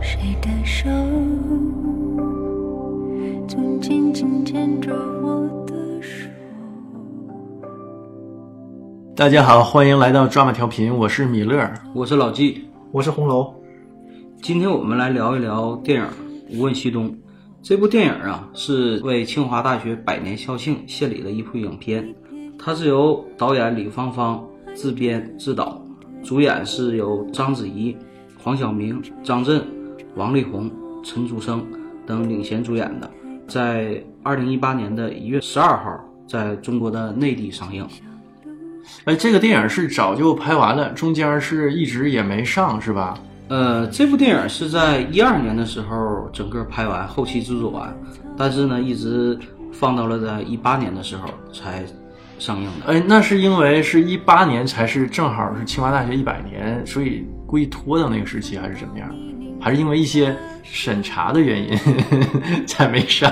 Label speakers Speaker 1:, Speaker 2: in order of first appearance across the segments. Speaker 1: 谁的手总紧紧牵着我的手？
Speaker 2: 大家好，欢迎来到抓马调频，我是米勒。
Speaker 3: 我是老纪，
Speaker 4: 我是红楼，
Speaker 3: 今天我们来聊一聊电影《无问西东》。这部电影啊，是为清华大学百年校庆献礼的一部影片。它是由导演李芳芳自编自导，主演是由章子怡、黄晓明、张震、王力宏、陈楚生等领衔主演的，在二零一八年的一月十二号在中国的内地上映。
Speaker 2: 哎，这个电影是早就拍完了，中间是一直也没上，是吧？
Speaker 3: 呃，这部电影是在一二年的时候整个拍完，后期制作完，但是呢，一直放到了在一八年的时候才上映的。
Speaker 2: 哎，那是因为是一八年才是正好是清华大学一百年，所以故意拖到那个时期，还是怎么样？还是因为一些审查的原因 才没上？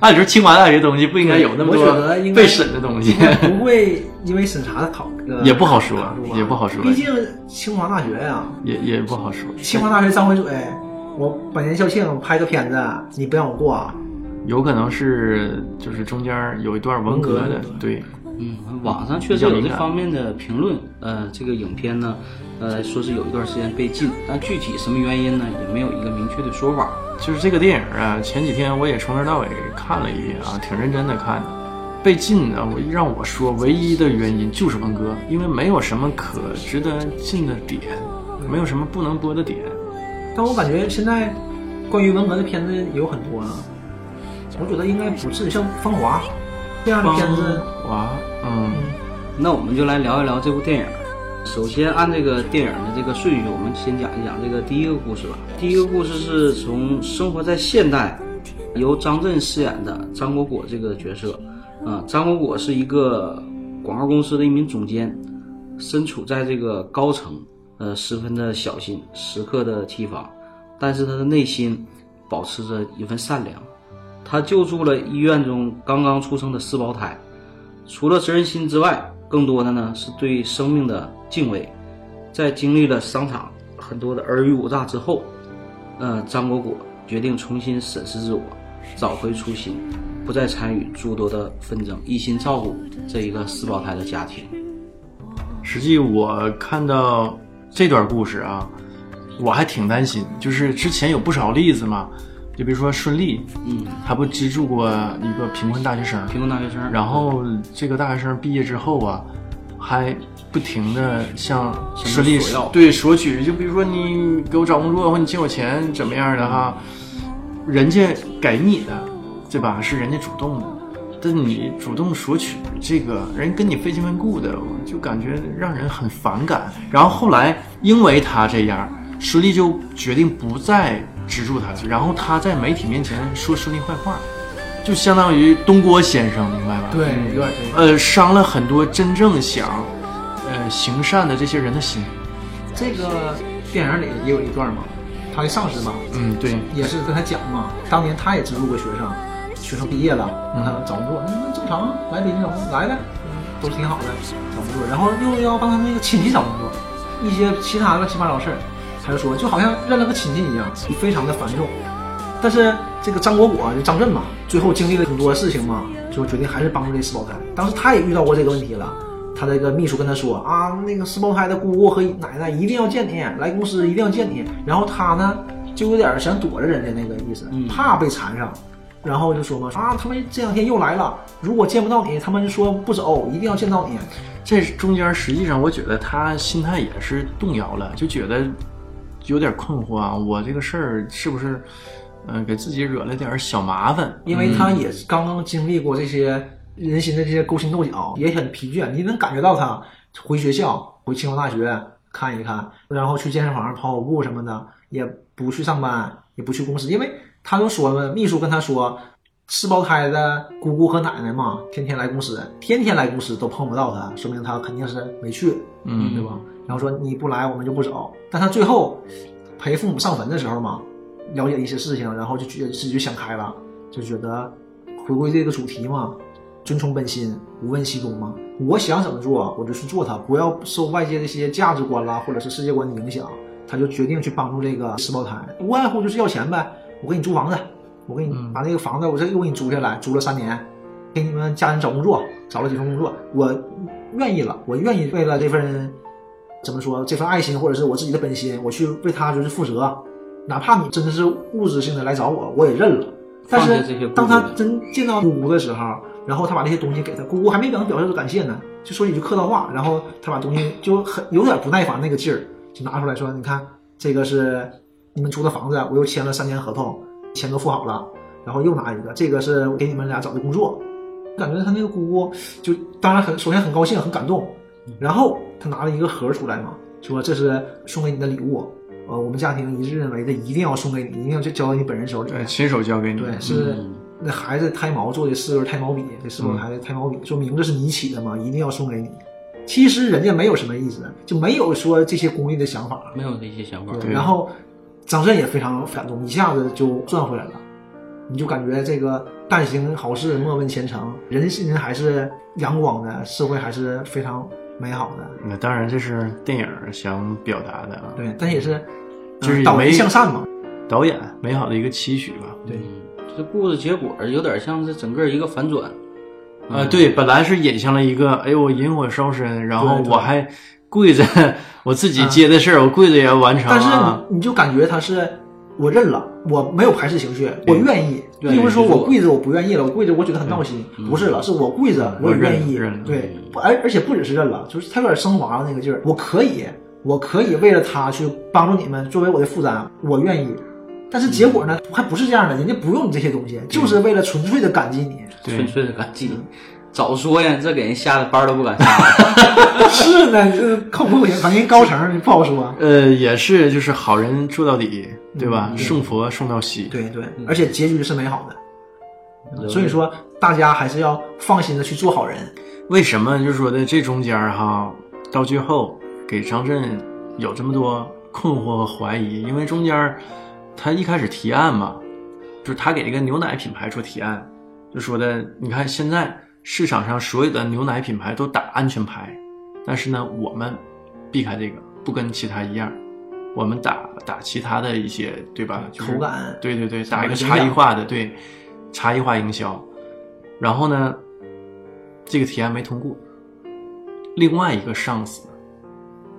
Speaker 2: 按理说清华大学东西不应该有那么
Speaker 4: 我觉得
Speaker 2: 多
Speaker 4: 应该
Speaker 2: 被审的东西，
Speaker 4: 不会因为审查的考呃
Speaker 2: 也不好说
Speaker 4: 卡住吧
Speaker 2: 也不好说
Speaker 4: 毕竟清华大学呀、啊
Speaker 2: 也也不好说。
Speaker 4: 清华大学张回水，我百年校庆拍个片子，你不让我过啊？
Speaker 2: 有可能是就是中间有一段文革的
Speaker 4: 文革，
Speaker 2: 对，
Speaker 3: 嗯，网上确实有这方面的评论。呃，这个影片呢，呃，说是有一段时间被禁，但具体什么原因呢，也没有一个明确的说法。
Speaker 2: 就是这个电影啊，前几天我也从头到尾看了一遍啊，挺认真的看的。被禁呢，我让我说唯一的原因就是文革，因为没有什么可值得禁的点，没有什么不能播的点。
Speaker 4: 但我感觉现在关于文革的片子有很多啊，我觉得应该不至于像《芳华》这样的片子，
Speaker 2: 哇，嗯，
Speaker 3: 那我们就来聊一聊这部电影。首先按这个电影的这个顺序，我们先讲一讲这个第一个故事吧。第一个故事是从生活在现代，由张震饰演的张果果这个角色。啊、张果果是一个广告公司的一名总监，身处在这个高层，呃，十分的小心，时刻的提防，但是他的内心保持着一份善良。他救助了医院中刚刚出生的四胞胎，除了责任心之外，更多的呢是对生命的敬畏。在经历了商场很多的尔虞我诈之后，呃，张果果决定重新审视自我，找回初心，不再参与诸多的纷争，一心照顾这一个四胞胎的家庭。
Speaker 2: 实际我看到这段故事啊，我还挺担心，就是之前有不少例子嘛，就比如说孙俪，
Speaker 3: 嗯，
Speaker 2: 她不资助过一个贫困大学生，
Speaker 3: 贫困大学生，
Speaker 2: 然后这个大学生毕业之后啊，还不停的向
Speaker 3: 向
Speaker 2: 孙
Speaker 3: 他
Speaker 2: 俪
Speaker 3: 索要
Speaker 2: 对索取，就比如说你给我找工作，或你借我钱怎么样的哈，人家给你的，对吧？是人家主动的，但你主动索取，这个人跟你非亲非故的，我就感觉让人很反感。然后后来因为他这样，孙俪就决定不再资助他了，然后他在媒体面前说孙俪坏话。就相当于东郭先生，明白吧？
Speaker 4: 对，有点这个。
Speaker 2: 呃，伤了很多真正想，呃，行善的这些人的心。
Speaker 4: 这个电影里也有一段嘛，他的上司嘛，
Speaker 2: 嗯，对，
Speaker 4: 也是跟他讲嘛，当年他也资助过学生，学生毕业了，让他找工作，那正常，来临找工作来呗，都是挺好的，找工作，然后又要帮他那个亲戚找工作，一些其他的七八糟事儿，他就说就好像认了个亲戚一样，非常的繁重。但是这个张果果就张震嘛，最后经历了很多事情嘛，最后决定还是帮助这四胞胎。当时他也遇到过这个问题了，他这个秘书跟他说啊，那个四胞胎的姑姑和奶奶一定要见你，来公司一定要见你。然后他呢就有点想躲着人家那个意思，怕被缠上。然后就说嘛啊，他们这两天又来了，如果见不到你，他们就说不走，一定要见到你。
Speaker 2: 这中间实际上我觉得他心态也是动摇了，就觉得有点困惑啊，我这个事儿是不是，呃，给自己惹了点儿小麻烦？
Speaker 4: 因为他也刚刚经历过这些人心的这些勾心斗角，也很疲倦。你能感觉到他回学校，回清华大学看一看，然后去健身房跑跑步什么的，也不去上班，也不去公司，因为他都说了，秘书跟他说，四胞胎的姑姑和奶奶嘛，天天来公司，天天来公司都碰不到他，说明他肯定是没去，
Speaker 2: 嗯
Speaker 4: 对吧？然后说你不来，我们就不走。但他最后陪父母上坟的时候嘛，了解一些事情，然后就觉自己就想开了，就觉得回归这个主题嘛，遵从本心，无问西东嘛。我想怎么做，我就去做它，不要受外界的一些价值观啦，或者是世界观的影响，他就决定去帮助这个十胞胎，无外乎就是要钱呗。我给你租房子，我给你
Speaker 2: 嗯
Speaker 4: 把那个房子，我这又给你租下来，租了三年，给你们家人找工作，找了几份工作，我愿意了，我愿意为了这份怎么说这份爱心或者是我自己的本心，我去为他就是负责，哪怕你真的是物质性的来找我，我也认了。但
Speaker 3: 放下这些顾
Speaker 4: 是
Speaker 3: 虑
Speaker 4: 当他真见到姑姑的时候，然后他把这些东西给他，姑姑还没等他表示感谢呢，就说几句客套话，然后他把东西就很有点不耐烦那个劲儿，就拿出来说：“你看，这个是你们租的房子，我又签了三年合同，钱都付好了。”然后又拿一个，这个是我给你们俩找的工作。感觉他那个姑姑就当然很，首先很高兴，很感动。然后他拿了一个盒儿出来嘛，说这是送给你的礼物，呃，我们家庭一致认为的一定要送给你，一定要就交到你本人手里。
Speaker 2: 对，呃嗯亲手交给你，
Speaker 4: 对，是
Speaker 3: 嗯
Speaker 4: 那孩子胎毛做的四轮胎毛笔，这四轮孩子胎毛笔，说名字是你起的嘛，一定要送给你。其实人家没有什么意思，就没有说这些功利的想法。
Speaker 3: 没有这些想法。
Speaker 4: 对，
Speaker 2: 对
Speaker 4: 然后张震也非常感动，一下子就赚回来了。你就感觉这个但行好事，莫问前程，人心还是阳光的，社会还是非常美好的。
Speaker 2: 那当然这是电影想表达的啊，
Speaker 4: 对，但也是，
Speaker 2: 就是也
Speaker 4: 嗯导
Speaker 2: 没
Speaker 4: 人向善嘛。
Speaker 2: 导演美好的一个期许吧。
Speaker 4: 对，
Speaker 3: 这故事结果有点像是整个一个反转，嗯
Speaker 2: 啊，对，本来是引向了一个，哎呦，我引火烧身，然后
Speaker 4: 对对
Speaker 2: 我还跪着，我自己接的事儿，我跪着也要完成啊。
Speaker 4: 但是你你就感觉他是我认了，我没有排斥情绪，我
Speaker 2: 哎对嗯
Speaker 4: 愿意，
Speaker 3: 愿
Speaker 4: 并不
Speaker 3: 意
Speaker 4: 是说
Speaker 3: 去
Speaker 4: 我
Speaker 3: 做
Speaker 4: 跪着我不愿意了，我跪着我觉得很闹心，不是了，是我跪着我
Speaker 2: 我
Speaker 4: 也
Speaker 2: 认了
Speaker 4: 愿意
Speaker 2: 认了，嗯
Speaker 4: 对，不而而且不只是认了，就是他有点升华了那个劲儿，我可以，我可以为了他去帮助你们，作为我的负担，我愿意。但是结果呢，
Speaker 2: 嗯
Speaker 4: 还不是这样的，人家不用你这些东西，就是为了纯粹的感激你。
Speaker 2: 对
Speaker 3: 纯粹的感激。早说呀，这给人吓得班儿都不敢上。
Speaker 4: 是呢，这靠谱不行，反正人高层你不好说。
Speaker 2: 呃，也是，就是好人做到底，对吧？送佛送到西，
Speaker 4: 嗯对对，而且结局是美好的，所以说大家还是要放心的去做好人。
Speaker 2: 为什么就是说的这中间儿哈，到最后给张震有这么多困惑和怀疑？因为中间儿他一开始提案嘛，就是他给这个牛奶品牌做提案，就说的你看现在市场上所有的牛奶品牌都打安全牌，但是呢，我们避开这个，不跟其他一样，我们打打其他的一些对吧？啊就是
Speaker 4: 口感
Speaker 2: 对对对，
Speaker 4: 什么
Speaker 2: 打一个
Speaker 4: 营
Speaker 2: 差异
Speaker 4: 养
Speaker 2: 化的对差异化营销。然后呢，这个提案没通过。另外一个上司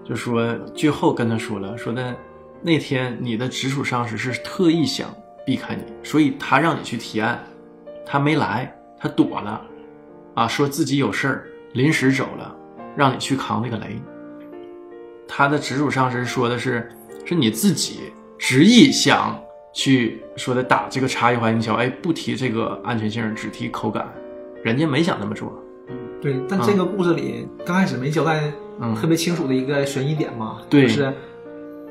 Speaker 2: 就说，最后跟他说了，说的那天你的直属上司是特意想避开你，所以他让你去提案，他没来，他躲了，啊，说自己有事儿，临时走了，让你去扛那个雷。他的直属上司说的是，是你自己执意想去说的打这个差异化营销，哎，不提这个安全性，只提口感，人家没想那么做。
Speaker 4: 对，但这个故事里刚开始没交代
Speaker 2: 啊嗯
Speaker 4: 特别清楚的一个悬疑点嘛，
Speaker 2: 对
Speaker 4: 就是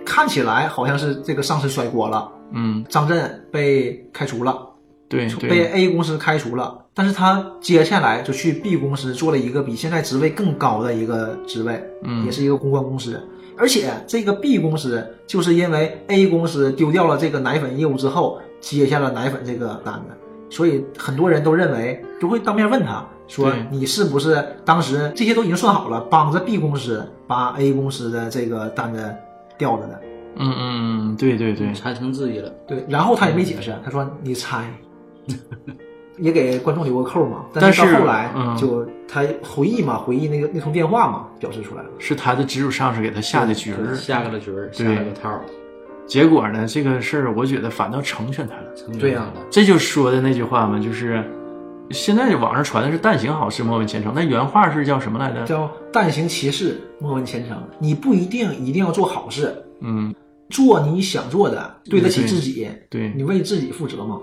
Speaker 4: 看起来好像是这个上司摔锅了，
Speaker 2: 嗯，
Speaker 4: 张震被开除了，
Speaker 2: 哎对
Speaker 4: 被
Speaker 2: 对
Speaker 4: A 公司开除了，但是他接下来就去 B 公司做了一个比现在职位更高的一个职位，
Speaker 2: 嗯
Speaker 4: 也是一个公关公司，而且这个 B 公司就是因为 A 公司丢掉了这个奶粉业务之后，接下了奶粉这个单子，所以很多人都认为就会当面问他说
Speaker 2: 对
Speaker 4: 你是不是当时这些都已经算好了，帮着 B 公司把 A 公司的这个单子调了的。
Speaker 2: 嗯嗯嗯，对对对，
Speaker 3: 才成自己了，
Speaker 4: 对，然后他也没解
Speaker 2: 嗯
Speaker 4: 释，他说你猜，也给观众留个扣嘛。
Speaker 2: 但是
Speaker 4: 是到后来
Speaker 2: 嗯
Speaker 4: 就他回忆嘛，回忆那个那通电话嘛，表示出来了。
Speaker 2: 是他的直属上司给他下的局儿。
Speaker 3: 下个了局儿，下
Speaker 2: 对
Speaker 3: 了个套儿，
Speaker 2: 结果呢，这个事儿我觉得反倒成全他了。
Speaker 3: 成全
Speaker 4: 对呀
Speaker 3: 他了
Speaker 2: 这就说的那句话嘛，就是现在网上传的是“但行好事，莫问前程”，那原话是叫什么来着？
Speaker 4: 叫但行其事，莫问前程。你不一定一定要做好事，
Speaker 2: 嗯，
Speaker 4: 做你想做的，对得起自己，
Speaker 2: 对
Speaker 4: 你为自己负责嘛。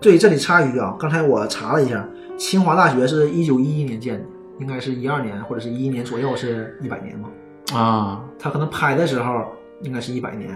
Speaker 4: 对，这里插一句啊，刚才我查了一下，清华大学是一九一一年建的，应该是一二年或者是一一年左右，是一百年嘛。
Speaker 2: 啊，
Speaker 4: 他可能拍的时候应该是一百年，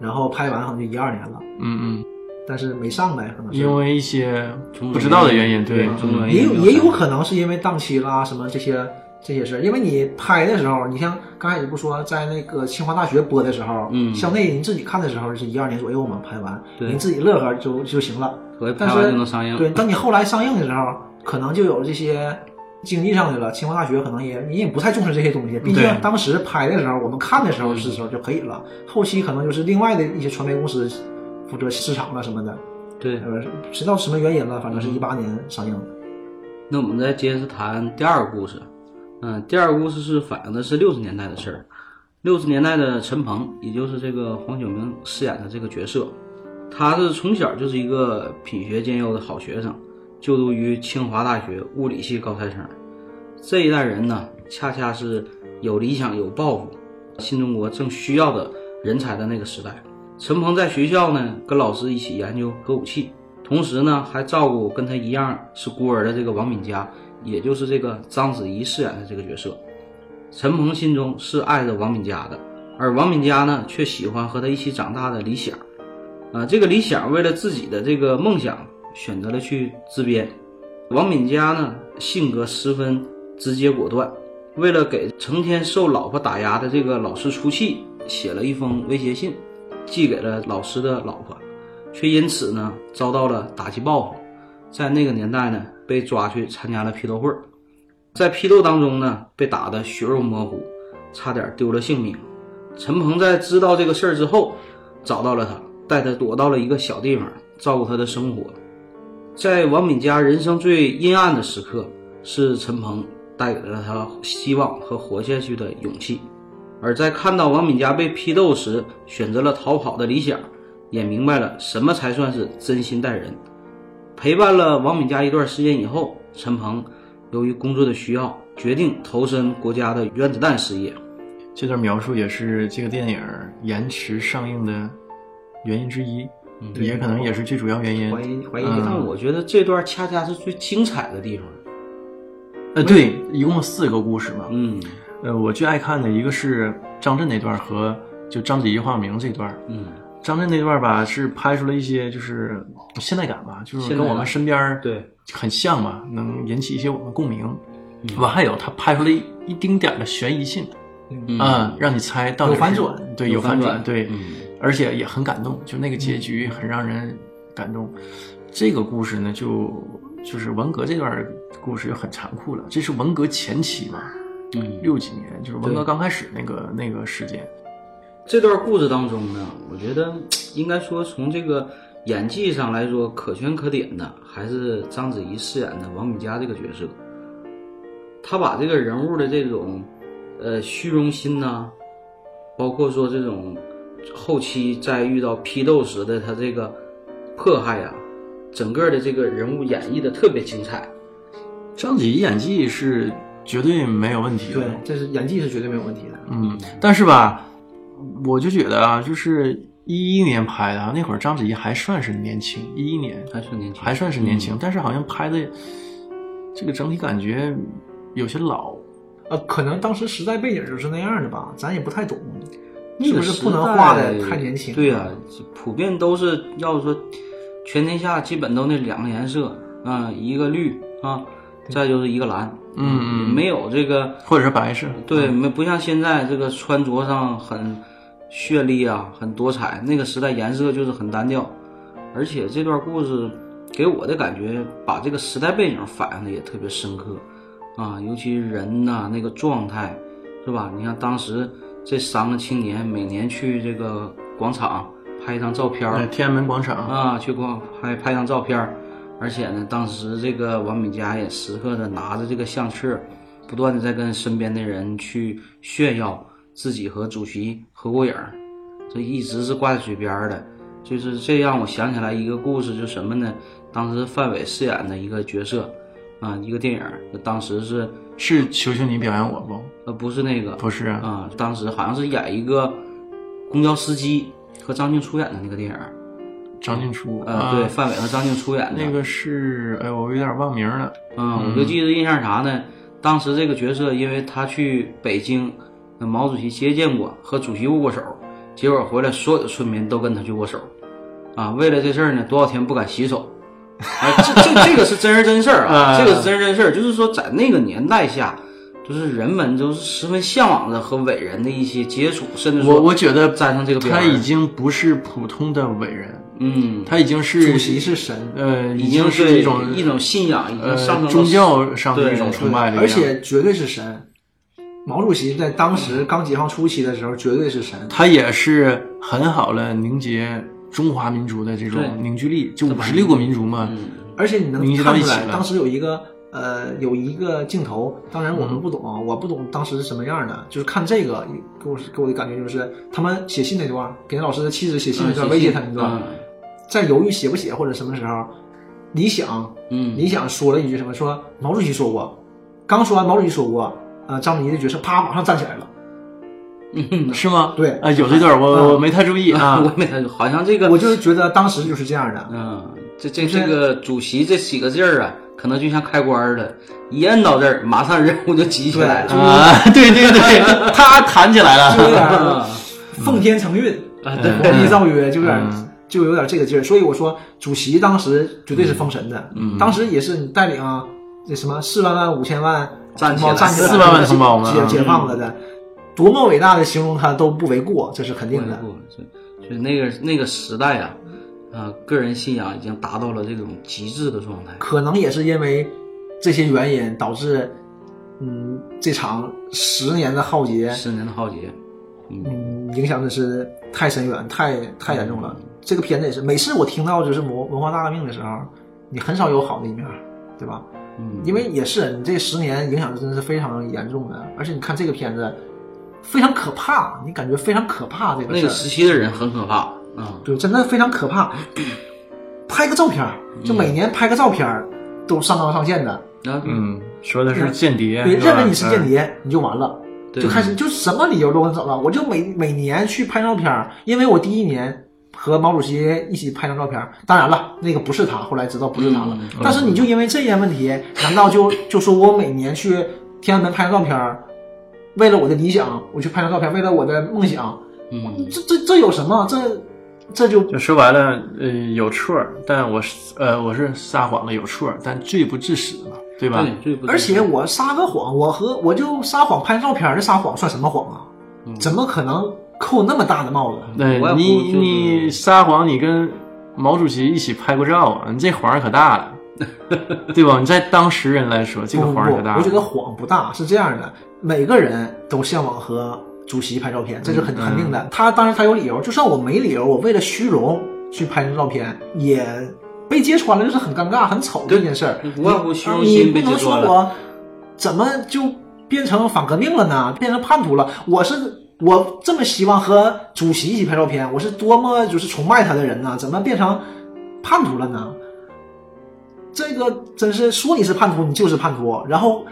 Speaker 4: 然后拍完好像就一二年了，
Speaker 2: 嗯嗯，
Speaker 4: 但是没上呗，可能是
Speaker 2: 因为一些不知道的原因，对，
Speaker 3: 中文
Speaker 4: 也有
Speaker 3: 没
Speaker 4: 也
Speaker 3: 上
Speaker 4: 有可能是因为档期啦什么这些这些事儿，因为你拍的时候，你像刚开始不说在那个清华大学播的时候，
Speaker 3: 嗯
Speaker 4: 校内你自己看的时候是一二年左右嘛，拍完
Speaker 3: 对
Speaker 4: 你自己乐呵就就行了。
Speaker 3: 合计
Speaker 4: 但
Speaker 3: 拍完
Speaker 4: 是
Speaker 3: 就能上映。
Speaker 4: 对，当你后来上映的时候，可能就有这些经济上去了，清华大学可能也你也不太重视这些东西，毕竟
Speaker 2: 对
Speaker 4: 当时拍的时候，我们看的时
Speaker 3: 嗯
Speaker 4: 候是时候就可以了。后期可能就是另外的一些传媒公司负责市场啊了什么的，
Speaker 3: 对，
Speaker 4: 呃，不知道什么原因了，反正是一八年上映的。
Speaker 3: 那我们再接着谈第二个故事。嗯，第二个故事是反映的是六十年代的事儿。六十年代的陈鹏，也就是这个黄晓明饰演的这个角色，他是从小就是一个品学兼优的好学生，就读于清华大学物理系高材生。这一代人呢，恰恰是有理想、有抱负，新中国正需要的人才的那个时代。陈鹏在学校呢，跟老师一起研究核武器，同时呢，还照顾跟他一样是孤儿的这个王敏佳，也就是这个章子怡饰演的这个角色。陈鹏心中是爱着王敏佳的，而王敏佳呢，却喜欢和他一起长大的李想。啊，这个李想为了自己的这个梦想，选择了去自编。王敏佳呢，性格十分直接果断，为了给成天受老婆打压的这个老师出气，写了一封威胁信，寄给了老师的老婆。却因此呢遭到了打击报复，在那个年代呢被抓去参加了批斗会儿，在批斗当中呢被打得血肉模糊，差点丢了性命。陈鹏在知道这个事儿之后，找到了他，带他躲到了一个小地方，照顾他的生活。在王敏佳人生最阴暗的时刻，是陈鹏带给了他希望和活下去的勇气。而在看到王敏佳被批斗时，选择了逃跑的理想，也明白了什么才算是真心待人。陪伴了王敏佳一段时间以后，陈鹏由于工作的需要，决定投身国家的原子弹事业。
Speaker 2: 这段描述也是这个电影延迟上映的原因之一，也可能也是最主要原因。
Speaker 3: 怀疑怀疑，
Speaker 2: 嗯
Speaker 3: 但我觉得这段恰恰是最精彩的地方。
Speaker 2: 呃，对，一共四个故事嘛。
Speaker 3: 嗯
Speaker 2: 呃，我最爱看的一个是张震那段和就章子怡化名这段。
Speaker 3: 嗯，
Speaker 2: 张震那段吧，是拍出了一些就是现代感吧，就是
Speaker 3: 现代
Speaker 2: 跟
Speaker 3: 感
Speaker 2: 我们身边儿
Speaker 3: 对
Speaker 2: 很像嘛，能引起一些我们共鸣。完、还有他拍出了一一丁点儿的悬疑性，
Speaker 3: 嗯
Speaker 2: 啊，让你猜到底
Speaker 4: 有反
Speaker 2: 是
Speaker 4: 转
Speaker 2: 对，
Speaker 3: 有
Speaker 2: 有
Speaker 3: 反转
Speaker 2: 转，对，
Speaker 3: 嗯
Speaker 2: 而且也很感动，就那个结局很让人感动。这个故事呢，就就是文革这段故事就很残酷了，这是文革前期嘛，
Speaker 3: 嗯，
Speaker 2: 六几年，就是文革
Speaker 3: 对
Speaker 2: 刚开始那个那个时间，
Speaker 3: 这段故事当中呢，我觉得应该说从这个演技上来说，可圈可点的还是章子怡饰演的王敏佳这个角色。她把这个人物的这种呃虚荣心呐、包括说这种后期在遇到批斗时的她这个迫害呀、整个的这个人物演绎的特别精彩。
Speaker 2: 章子怡演技是绝对没有问题的，
Speaker 4: 对，
Speaker 3: 嗯
Speaker 4: 这是演技是绝对没有问题的。
Speaker 2: 嗯，但是吧，我就觉得啊，就是一一年拍的啊，那会儿章子怡还算是年轻，一一年
Speaker 3: 还算年轻，
Speaker 2: 还算是年轻，但是好像拍的这个整体感觉有些老，
Speaker 4: 呃，可能当时时代背景就是那样的吧，咱也不太懂，
Speaker 3: 那
Speaker 4: 是
Speaker 3: 个
Speaker 4: 不是
Speaker 3: 时
Speaker 4: 不能
Speaker 3: 代
Speaker 4: 画的太年轻？
Speaker 3: 对呀、啊普遍都是要说，全天下基本都那两个颜色，啊、一个绿啊，再就是一个蓝，
Speaker 2: 嗯嗯
Speaker 3: 没有这个，
Speaker 2: 或者是白事，
Speaker 3: 对，没不像现在这个穿着上很绚丽啊，很多彩，那个时代颜色就是很单调，而且这段故事给我的感觉，把这个时代背景反映的也特别深刻，啊，尤其人呐、那个状态，是吧？你看当时这三个青年每年去这个广场拍一张照片儿
Speaker 2: 呃天安门广场，
Speaker 3: 啊，去广拍拍张照片儿，而且呢，当时这个王敏佳也时刻的拿着这个相册，不断的在跟身边的人去炫耀自己和主席合过影儿，这一直是挂在嘴边儿的。就是这让我想起来一个故事，就什么呢？当时范伟饰演的一个角色，啊，一个电影儿，就当时是
Speaker 2: 是求求你表扬我不？
Speaker 3: 呃不是那个
Speaker 2: 不是啊，
Speaker 3: 啊，当时好像是演一个公交司机和张静初演的那个电影儿，
Speaker 2: 张静初啊
Speaker 3: 呃，对，范伟和张静初演的
Speaker 2: 那个是，哎，我有点忘名了，
Speaker 3: 嗯，我就记得印象是啥呢？当时这个角色，因为他去北京，呃毛主席接见过，和主席握过手，结果回来所有的村民都跟他去握手，啊，为了这事儿呢，多少天不敢洗手。哎，这这这个是真人真事儿
Speaker 2: 啊
Speaker 3: 啊，这个是真人真事儿，就是说在那个年代下，就是人们都是十分向往着和伟人的一些接触，甚至说
Speaker 2: 我我觉得
Speaker 3: 沾上这个边
Speaker 2: 他
Speaker 3: 儿
Speaker 2: 已经不是普通的伟人，
Speaker 3: 嗯，
Speaker 2: 他已经是
Speaker 4: 主席是神，
Speaker 2: 呃，已
Speaker 3: 已
Speaker 2: 经
Speaker 3: 经
Speaker 2: 是
Speaker 3: 对
Speaker 2: 一种
Speaker 3: 一种信仰，已经上升
Speaker 2: 呃
Speaker 3: 到
Speaker 2: 宗教上的一种
Speaker 3: 对
Speaker 2: 崇拜的一样，
Speaker 4: 而且绝对是神。毛主席在当
Speaker 3: 嗯
Speaker 4: 时刚解放初期的时候，绝对是神。
Speaker 2: 它也是很好的凝结中华民族的这
Speaker 3: 对
Speaker 2: 种凝聚力，就五十六个民族嘛，
Speaker 3: 嗯
Speaker 4: 而且你能
Speaker 2: 凝聚到
Speaker 4: 看
Speaker 2: 一
Speaker 4: 出
Speaker 2: 起
Speaker 4: 来，
Speaker 2: 了
Speaker 4: 当时有一个呃有一个镜头，当然我
Speaker 3: 嗯
Speaker 4: 们不懂，啊，我不懂当时是什么样的，就是看这个给我给我的感觉就是他们写信那段，给老师的妻子写呃信那段，
Speaker 3: 嗯
Speaker 4: 威胁
Speaker 3: 写
Speaker 4: 他
Speaker 3: 信
Speaker 4: 那段
Speaker 3: 嗯，
Speaker 4: 在犹豫写不写或者什么时候，李想
Speaker 3: 嗯，
Speaker 4: 李想说了一句什么，说毛主席说过，刚说完毛主席说过，呃，张迷的角色啪马上站起来了，
Speaker 3: 嗯
Speaker 2: 是吗？
Speaker 4: 对
Speaker 2: 啊，有这段我我没太注意啊
Speaker 3: 我，没看，好像这个
Speaker 4: 我就是觉得当时就是 这样的，
Speaker 3: 嗯，这这这个主席这几个字儿啊，可能就像开关儿的，一摁到这儿，马上人物就集起来了。
Speaker 2: 啊， 对对对，他弹起来
Speaker 4: 就有
Speaker 2: 了，
Speaker 4: 点儿奉天承运，
Speaker 3: 啊，对，
Speaker 4: 皇帝诏曰，就有点儿
Speaker 2: 嗯
Speaker 4: 就有点儿这个劲儿。所以我说，主席当时绝对是封神的，当时也是你带领啊，这什么四万万五千万
Speaker 3: 站起
Speaker 4: 同胞
Speaker 3: 来
Speaker 4: 站起来，
Speaker 2: 4万万同胞们
Speaker 4: 解
Speaker 2: 嗯
Speaker 4: 解放了的，多么伟大的形容他都不为过，这是肯定
Speaker 3: 嗯
Speaker 4: 的。
Speaker 3: 就就那个那个时代啊，啊，个人信仰已经达到了这种极致的状态。
Speaker 4: 可能也是因为这些原因导致，嗯，这场十年的浩劫，
Speaker 3: 十年的浩劫，
Speaker 4: 嗯，影响真是太深远、太太严重了。这个片子也是，每次我听到就是文文化大革命的时候，你很少有好的一面，对吧？
Speaker 3: 嗯，
Speaker 4: 因为也是你这十年影响真的是非常严重的，而且你看这个片子非常可怕，你感觉非常可怕这个
Speaker 3: 那
Speaker 4: 事
Speaker 3: 个
Speaker 4: 儿，
Speaker 3: 时期的人很可怕啊。
Speaker 4: 对，真的非常可怕。拍个照片儿，就
Speaker 3: 嗯
Speaker 4: 每年拍个照片儿都上纲上线的，
Speaker 3: 然后
Speaker 2: 嗯，说的是间谍，
Speaker 4: 对，
Speaker 2: 吧嗯
Speaker 4: 认为你是间，谍你就完了。
Speaker 3: 对
Speaker 4: 就开始就什么理由都能找到。我就每每年去拍照片儿，因为我第一年和毛主席一起拍张照片儿，当然了，那个不是他，后来知道不是他了。
Speaker 3: 嗯
Speaker 4: 但是你就因为这件问题，难道就就说我每年去天安门拍张照片儿，为了我的理想，我去拍张照片儿，为了我的梦想，
Speaker 3: 嗯，
Speaker 4: 这这这有什么？这这就
Speaker 2: 就说白了，呃，有错儿，但我是呃我是撒谎了，有错儿，但罪不至死嘛，对吧？
Speaker 3: 对，最不
Speaker 4: 而且我撒个谎，我和我就撒谎拍照片儿，这撒谎算什么谎啊？
Speaker 3: 嗯
Speaker 4: 怎么可能扣那么大的帽子？
Speaker 2: 对
Speaker 3: 我也不
Speaker 2: 哎你
Speaker 3: 就是
Speaker 2: 你撒谎，你跟毛主席一起拍过照啊，你这谎儿可大了，对吧？你在当时人来说，这个
Speaker 4: 不
Speaker 2: 谎
Speaker 4: 不
Speaker 2: 儿
Speaker 4: 不
Speaker 2: 可大，了。
Speaker 4: 我觉得谎不大，是这样的，每个人都向往和主席拍照片，这是很肯定的。他当然他有理由，就算我没理由，我为了虚荣去拍张照片，也被揭穿了，就是很尴尬、很丑的一件事儿。
Speaker 3: 无外乎虚荣
Speaker 4: 你
Speaker 3: 心
Speaker 4: 不
Speaker 3: 被
Speaker 4: 能
Speaker 3: 揭
Speaker 4: 说
Speaker 3: 穿了。
Speaker 4: 我怎么就变成反革命了呢？变成叛徒了？我是我这么希望和主席一起拍照片，我是多么就是崇拜他的人呢？怎么变成叛徒了呢？这个真是说你是叛徒，你就是叛徒，然后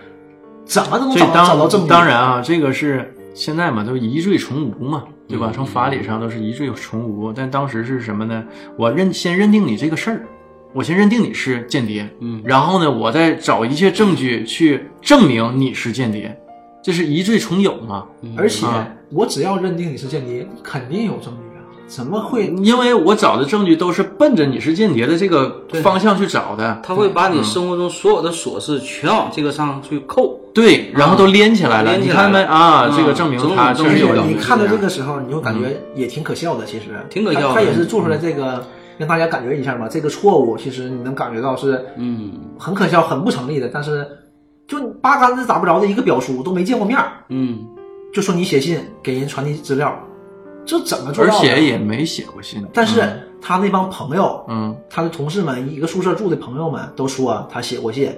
Speaker 4: 怎么都能
Speaker 2: 这
Speaker 4: 找到找到证
Speaker 2: 当
Speaker 4: 据。
Speaker 2: 当然，啊，这个是现在嘛，都疑罪从无嘛，对
Speaker 3: 嗯
Speaker 2: 吧？从法理上都是疑罪从无，但当时是什么呢？我认先认定你这个事儿，我先认定你是间谍，
Speaker 3: 嗯
Speaker 2: 然后呢，我再找一切证据去证明你是间谍，这是疑罪从有嘛？
Speaker 3: 嗯
Speaker 4: 而且
Speaker 2: 啊
Speaker 4: 我只要认定你是间谍，你肯定有证据啊！怎么会？
Speaker 2: 因为我找的证据都是奔着你是间谍的这个方向去找的，
Speaker 3: 他会把你生活中所有的琐事全往这个上去扣，
Speaker 2: 对，然后都连起来了，
Speaker 3: 连
Speaker 2: 你
Speaker 3: 起来
Speaker 2: 看
Speaker 3: 了
Speaker 2: 没啊？
Speaker 3: 嗯
Speaker 2: 这个证明他确
Speaker 3: 证
Speaker 4: 而
Speaker 2: 实
Speaker 3: 据
Speaker 2: 有
Speaker 3: 证据
Speaker 4: 且
Speaker 2: 证
Speaker 4: 你
Speaker 2: 据。啊嗯
Speaker 4: 看到这个时候，你就感觉也挺可笑的，其实
Speaker 3: 挺可笑的
Speaker 4: 他。他也是做出来这个，让大家感觉一下吧，这个错误其实你能感觉到是
Speaker 3: 嗯
Speaker 4: 很可笑、很不成立的，但是就八竿子打不着的一个表叔都没见过面儿，
Speaker 3: 嗯，
Speaker 4: 就说你写信给人传递资料，这怎么做
Speaker 2: 而
Speaker 4: 到的？
Speaker 2: 且也嗯没写过信，
Speaker 4: 但是他那帮朋友，
Speaker 2: 嗯，
Speaker 4: 他的同事们，一个宿舍住的朋友们都说他写过信。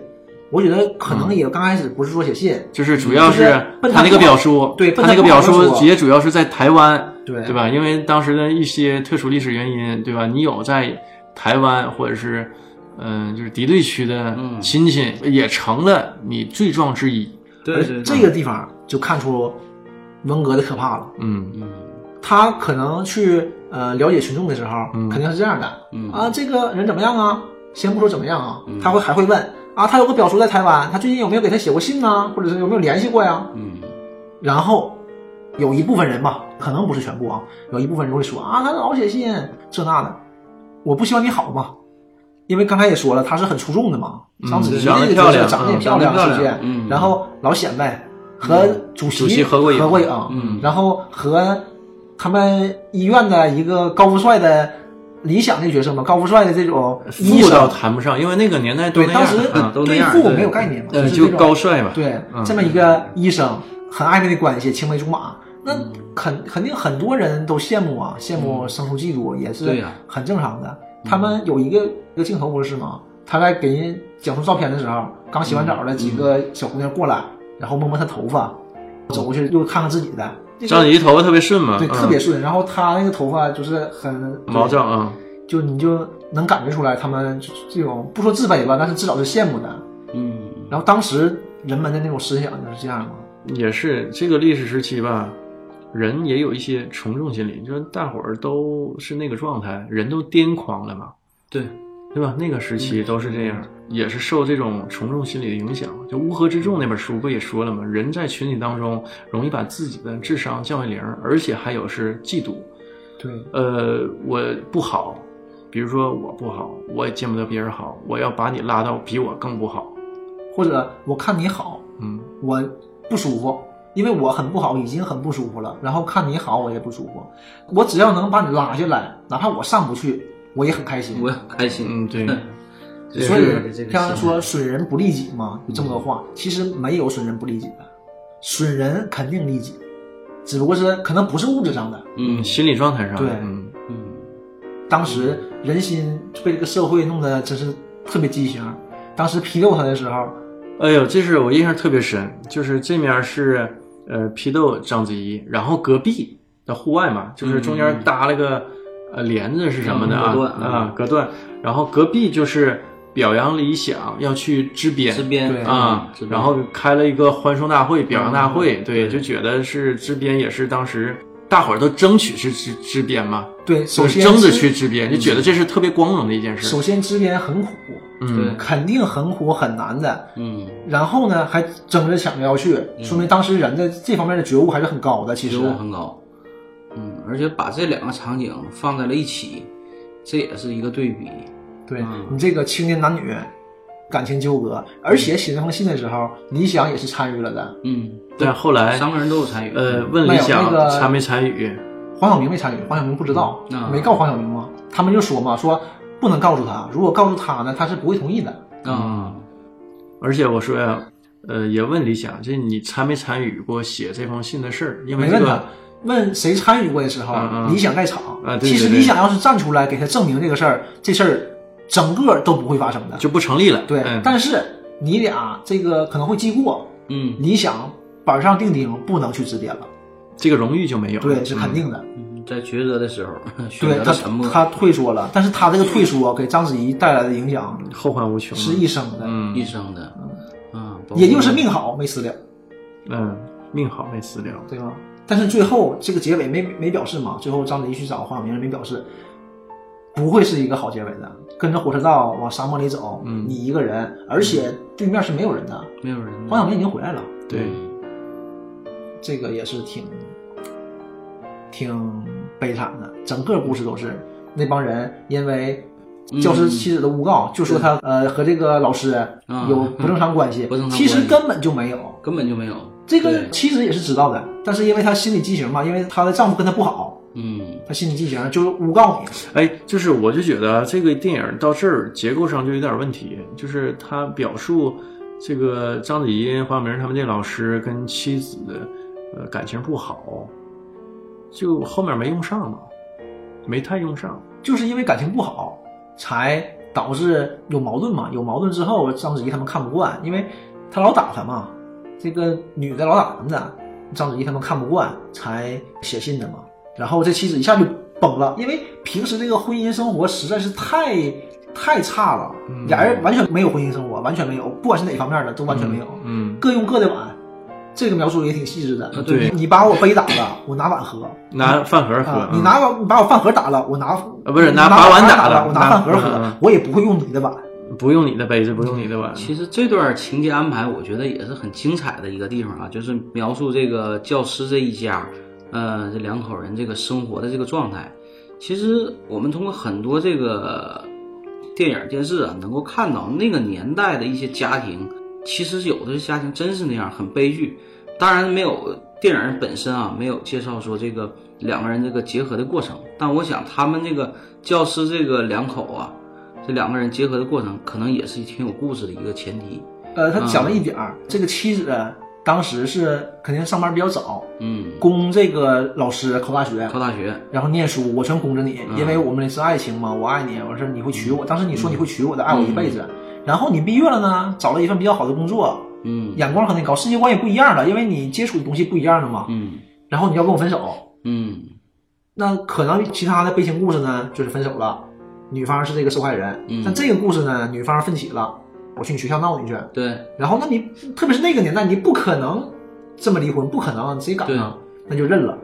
Speaker 4: 我觉得可能也刚开始不是说写信，
Speaker 2: 就是主要是
Speaker 4: 奔
Speaker 2: 他
Speaker 4: 他
Speaker 2: 那个表叔，
Speaker 4: 对奔
Speaker 2: 他那
Speaker 4: 他
Speaker 2: 个表
Speaker 4: 不好
Speaker 2: 叔
Speaker 4: 说
Speaker 2: 也主要是在台湾，
Speaker 4: 对
Speaker 2: 对吧？因为当时的一些特殊历史原因，对吧？你有在台湾或者是嗯、就是敌对区的
Speaker 3: 嗯
Speaker 2: 亲戚，也成了你罪状之一。
Speaker 3: 对对，
Speaker 4: 这个地方就看出文革的可怕了。
Speaker 2: 嗯，
Speaker 4: 他可能去呃了解群众的时候，
Speaker 2: 嗯
Speaker 4: 肯定是这样的、
Speaker 3: 嗯
Speaker 4: 啊，这个人怎么样啊？先不说怎么样啊，他会还会问啊，他有个表叔在台湾，他最近有没有给他写过信呢、或者是有没有联系过呀？
Speaker 3: 嗯
Speaker 4: 然后有一部分人吧，可能不是全部啊，有一部分人会说啊，他老写信这那的，我不希望你好嘛，因为刚才也说了，他是很出众的嘛，章子怡
Speaker 2: 长得
Speaker 4: 那个
Speaker 2: 漂
Speaker 4: 角
Speaker 2: 亮
Speaker 4: 色长得也
Speaker 2: 嗯
Speaker 4: 漂亮，
Speaker 3: 长得
Speaker 4: 是不
Speaker 3: 漂
Speaker 4: 是
Speaker 3: 亮？嗯
Speaker 4: 然后老显摆和主席
Speaker 2: 主
Speaker 4: 啊
Speaker 2: 席合过影
Speaker 4: 合过影，
Speaker 2: 嗯
Speaker 4: 然后和他们医院的一个高富帅的理想的角色嘛，高富帅的这种医
Speaker 2: 富倒
Speaker 4: 生，
Speaker 2: 谈不上，因为那个年代都
Speaker 4: 呃对，
Speaker 2: 那
Speaker 4: 当时
Speaker 2: 样啊，
Speaker 3: 都那
Speaker 4: 对
Speaker 3: 样
Speaker 4: 富
Speaker 3: 对
Speaker 4: 没有概念嘛，
Speaker 2: 呃，
Speaker 4: 是
Speaker 2: 就
Speaker 4: 这种
Speaker 2: 高帅吧，
Speaker 4: 对
Speaker 2: 嗯，
Speaker 4: 这么一个医生，很暧昧的关系，青梅竹马，那
Speaker 2: 嗯
Speaker 4: 肯肯定很多人都羡慕啊，羡慕生疏嫉妒也
Speaker 3: 对
Speaker 4: 是
Speaker 3: 呀
Speaker 4: 很正常的。
Speaker 2: 嗯
Speaker 4: 他们有一个一个镜头不是吗？他在给人讲述照片的时候，刚洗完澡的几
Speaker 2: 嗯
Speaker 4: 个小姑娘过来，然后摸摸她头发，走过去又看看自己的，那个
Speaker 2: 张姐一头发特别顺嘛，嗯
Speaker 4: 对特别顺。然后她那个头发就是很
Speaker 2: 毛躁啊，
Speaker 4: 就你就能感觉出来他们这种不说自卑吧，但是至少是羡慕的。
Speaker 3: 嗯，
Speaker 4: 然后当时人们的那种思想就是这样嘛。
Speaker 2: 也是这个历史时期吧，人也有一些从众心理，就是大伙儿都是那个状态，人都癫狂了嘛，
Speaker 3: 对，
Speaker 2: 对吧？那个时
Speaker 4: 嗯
Speaker 2: 期都是这样，也是受这种从众心理的影响。就《乌合之众》那本书不也说了吗？人在群体当中容易把自己的智商降为零，而且还有是嫉妒。
Speaker 4: 对，
Speaker 2: 呃，我不好，比如说我不好，我也见不得别人好，我要把你拉到比我更不好。
Speaker 4: 或者我看你好，
Speaker 2: 嗯，
Speaker 4: 我不舒服，因为我很不好，已经很不舒服了。然后看你好，我也不舒服。我只要能把你拉下来，哪怕我上不去，我也很开心。
Speaker 3: 我也很开心。
Speaker 2: 嗯，对，
Speaker 3: 这
Speaker 4: 所
Speaker 3: 是这
Speaker 4: 以，
Speaker 3: 个
Speaker 4: 像
Speaker 3: 心态
Speaker 4: 人
Speaker 3: 嗯
Speaker 4: 说“损人不利己”嘛，有这么多话，其实没有损人不利己的，损人肯定利己，只不过是可能不是物质上的。
Speaker 2: 嗯，心理状态上，
Speaker 4: 对
Speaker 2: 嗯，
Speaker 3: 嗯，
Speaker 4: 当时人心被这个社会弄得真是特别畸形。当时批斗他的时候，
Speaker 2: 哎呦，这是我印象特别深，就是这面是呃批斗章子怡，然后隔壁的户外嘛，就是中
Speaker 3: 嗯嗯
Speaker 2: 间
Speaker 3: 嗯
Speaker 2: 搭了个呃帘子是什么的啊
Speaker 3: 嗯隔断
Speaker 2: 啊隔断，然后隔壁就是表扬理想要去支边
Speaker 3: 这边嗯
Speaker 4: 对
Speaker 2: 啊
Speaker 3: 这，边
Speaker 2: 然后开了一个欢送大会、表扬大会，
Speaker 3: 嗯
Speaker 2: 对，
Speaker 3: 对
Speaker 2: 就觉得是支边也是当时大伙儿都争取是支支边嘛，
Speaker 4: 对，首
Speaker 2: 就是
Speaker 4: 先
Speaker 2: 争着
Speaker 4: 是
Speaker 2: 去支边，就觉得这是特别光荣的一件事
Speaker 4: 首。先支边很苦，
Speaker 2: 嗯，
Speaker 4: 肯定很苦很难的。
Speaker 3: 嗯，
Speaker 4: 然后呢，还争着抢着要去，说明当时人的这方面的觉悟还是很高的。其
Speaker 3: 觉
Speaker 4: 实，
Speaker 3: 悟很高。嗯，而且把这两个场景放在了一起，这也是一个对比。
Speaker 4: 对
Speaker 3: 嗯
Speaker 4: 你这个青年男女感情纠葛，而且写这封信的时候，理想也是参与了的，
Speaker 3: 嗯，
Speaker 2: 但后来
Speaker 3: 三个人都有参与。嗯
Speaker 2: 呃问
Speaker 4: 那
Speaker 2: 理
Speaker 4: 有
Speaker 2: 想
Speaker 4: 那个
Speaker 2: 参没参与，
Speaker 4: 黄晓明没参与，黄晓明不知道，
Speaker 3: 嗯啊
Speaker 4: 没告黄晓明吗？他们就说嘛，说不能告诉他，如果告诉他呢，他是不会同意的。
Speaker 3: 啊，
Speaker 2: 而且我说呀，呃，也问李想，这你参没参与过写这封信的事儿？因为
Speaker 4: 没
Speaker 2: 这
Speaker 4: 问他
Speaker 2: 个，
Speaker 4: 问谁参与过的时候，
Speaker 2: 嗯嗯
Speaker 4: 理想在场。
Speaker 2: 啊对对
Speaker 4: 其实
Speaker 2: 对
Speaker 4: 理想要是站出来给他证明这个事儿，这事儿整个都不会发生的。
Speaker 2: 就不成立了。
Speaker 4: 对，
Speaker 2: 嗯、
Speaker 4: 但是你俩这个可能会记过，
Speaker 3: 嗯
Speaker 4: 理想板上钉钉，不能去指点了，
Speaker 2: 这个荣誉就没有了。
Speaker 4: 对，是肯定的。
Speaker 3: 嗯，在抉择的时候 选
Speaker 4: 对
Speaker 3: 择
Speaker 4: 他
Speaker 3: 了沉默。嗯
Speaker 4: 他退缩了，但是他这个退缩给章子怡带来的影响
Speaker 2: 嗯后患无穷。
Speaker 4: 是一生的，
Speaker 2: 嗯
Speaker 3: 一生的啊，包括
Speaker 4: 也就是命好没死了，
Speaker 2: 嗯，命好没私了。
Speaker 4: 对吗？但是最后这个结尾没没表示嘛，最后章子怡去找黄晓明没表示，不会是一个好结尾的。跟着火车道往沙漠里走，
Speaker 2: 嗯
Speaker 4: 你一个人，而
Speaker 3: 嗯
Speaker 4: 且对面是没有人的，
Speaker 3: 没有人
Speaker 4: 黄晓明已经回来了，
Speaker 2: 对，
Speaker 4: 这个也是挺挺悲惨的，整个故事都是那帮人因为
Speaker 3: 嗯
Speaker 4: 教师妻子的诬告，就说他呃和这个老师
Speaker 3: 啊
Speaker 4: 有不正常关系，
Speaker 3: 不正常关系
Speaker 4: 其实根本就没有。
Speaker 3: 根本就没有
Speaker 4: 这个
Speaker 3: 对
Speaker 4: 妻子也是知道的，但是因为她心理畸形嘛，因为她的丈夫跟她不好，
Speaker 3: 嗯
Speaker 4: 她心理畸形就是诬告你。
Speaker 2: 哎，就是我就觉得这个电影到这儿结构上就有点问题，就是他表述这个章子怡、黄晓明他们这老师跟妻子呃感情不好，就后面没用上嘛，没太用上。
Speaker 4: 就是因为感情不好，才导致有矛盾嘛。有矛盾之后，章子怡他们看不惯，因为他老打他嘛，这个女的老打男的，章子怡他们看不惯，才写信的嘛。然后这妻子一下就崩了，因为平时这个婚姻生活实在是太太差了，
Speaker 2: 嗯
Speaker 4: 俩人完全没有婚姻生活，完全没有，不管是哪方面的都完全没有，
Speaker 2: 嗯，啊
Speaker 4: 各用各的碗。这个描述也挺细致的，
Speaker 2: 对
Speaker 4: 你把我杯打了，我拿碗喝，
Speaker 2: 拿饭盒喝
Speaker 4: 啊，，你拿我你把我饭盒打了，我拿
Speaker 2: 嗯呃不是
Speaker 4: 你
Speaker 2: 拿
Speaker 4: 拿
Speaker 2: 把
Speaker 4: 我
Speaker 2: 碗
Speaker 4: 碗
Speaker 2: 打了
Speaker 4: 了，我拿饭盒
Speaker 2: 拿嗯嗯
Speaker 4: 喝，我也不会用你的碗。
Speaker 2: 嗯不用你的杯子，不用你的碗。
Speaker 3: 其实这段情节安排，我觉得也是很精彩的一个地方啊，就是描述这个教师这一家，呃，这两口人这个生活的这个状态。其实我们通过很多这个电影、电视啊，能够看到那个年代的一些家庭，其实有的家庭真是那样，很悲剧。当然没有电影本身啊没有介绍说这个两个人这个结合的过程，但我想他们这个教师这个两口啊，这两个人结合的过程，可能也是挺有故事的一个前提。
Speaker 4: 呃，
Speaker 2: 嗯
Speaker 4: 他讲了一点儿，这个妻子当时是肯定上班比较早，
Speaker 3: 嗯，
Speaker 4: 供这个老师考大学，
Speaker 3: 考大学，
Speaker 4: 然后念书，我全供着你，
Speaker 2: 嗯
Speaker 4: 因为我们是爱情嘛，我爱你，我说你会娶我，当时你说你会娶我的，爱我一辈子。
Speaker 2: 嗯
Speaker 4: 然后你毕业了呢，找了一份比较好的工作，
Speaker 3: 嗯
Speaker 4: 眼光肯定高，世界观也不一样了，因为你接触的东西不一样了嘛。
Speaker 3: 嗯
Speaker 4: 然后你要跟我分手，
Speaker 3: 嗯
Speaker 4: 那可能其他的悲情故事呢，就是分手了，女方是这个受害人，
Speaker 3: 嗯
Speaker 4: 但这个故事呢，女方奋起了，我去你学校闹你去，
Speaker 3: 对
Speaker 4: 然后那你特别是那个年代，你不可能这么离婚，不可能，谁敢啊？那就认了，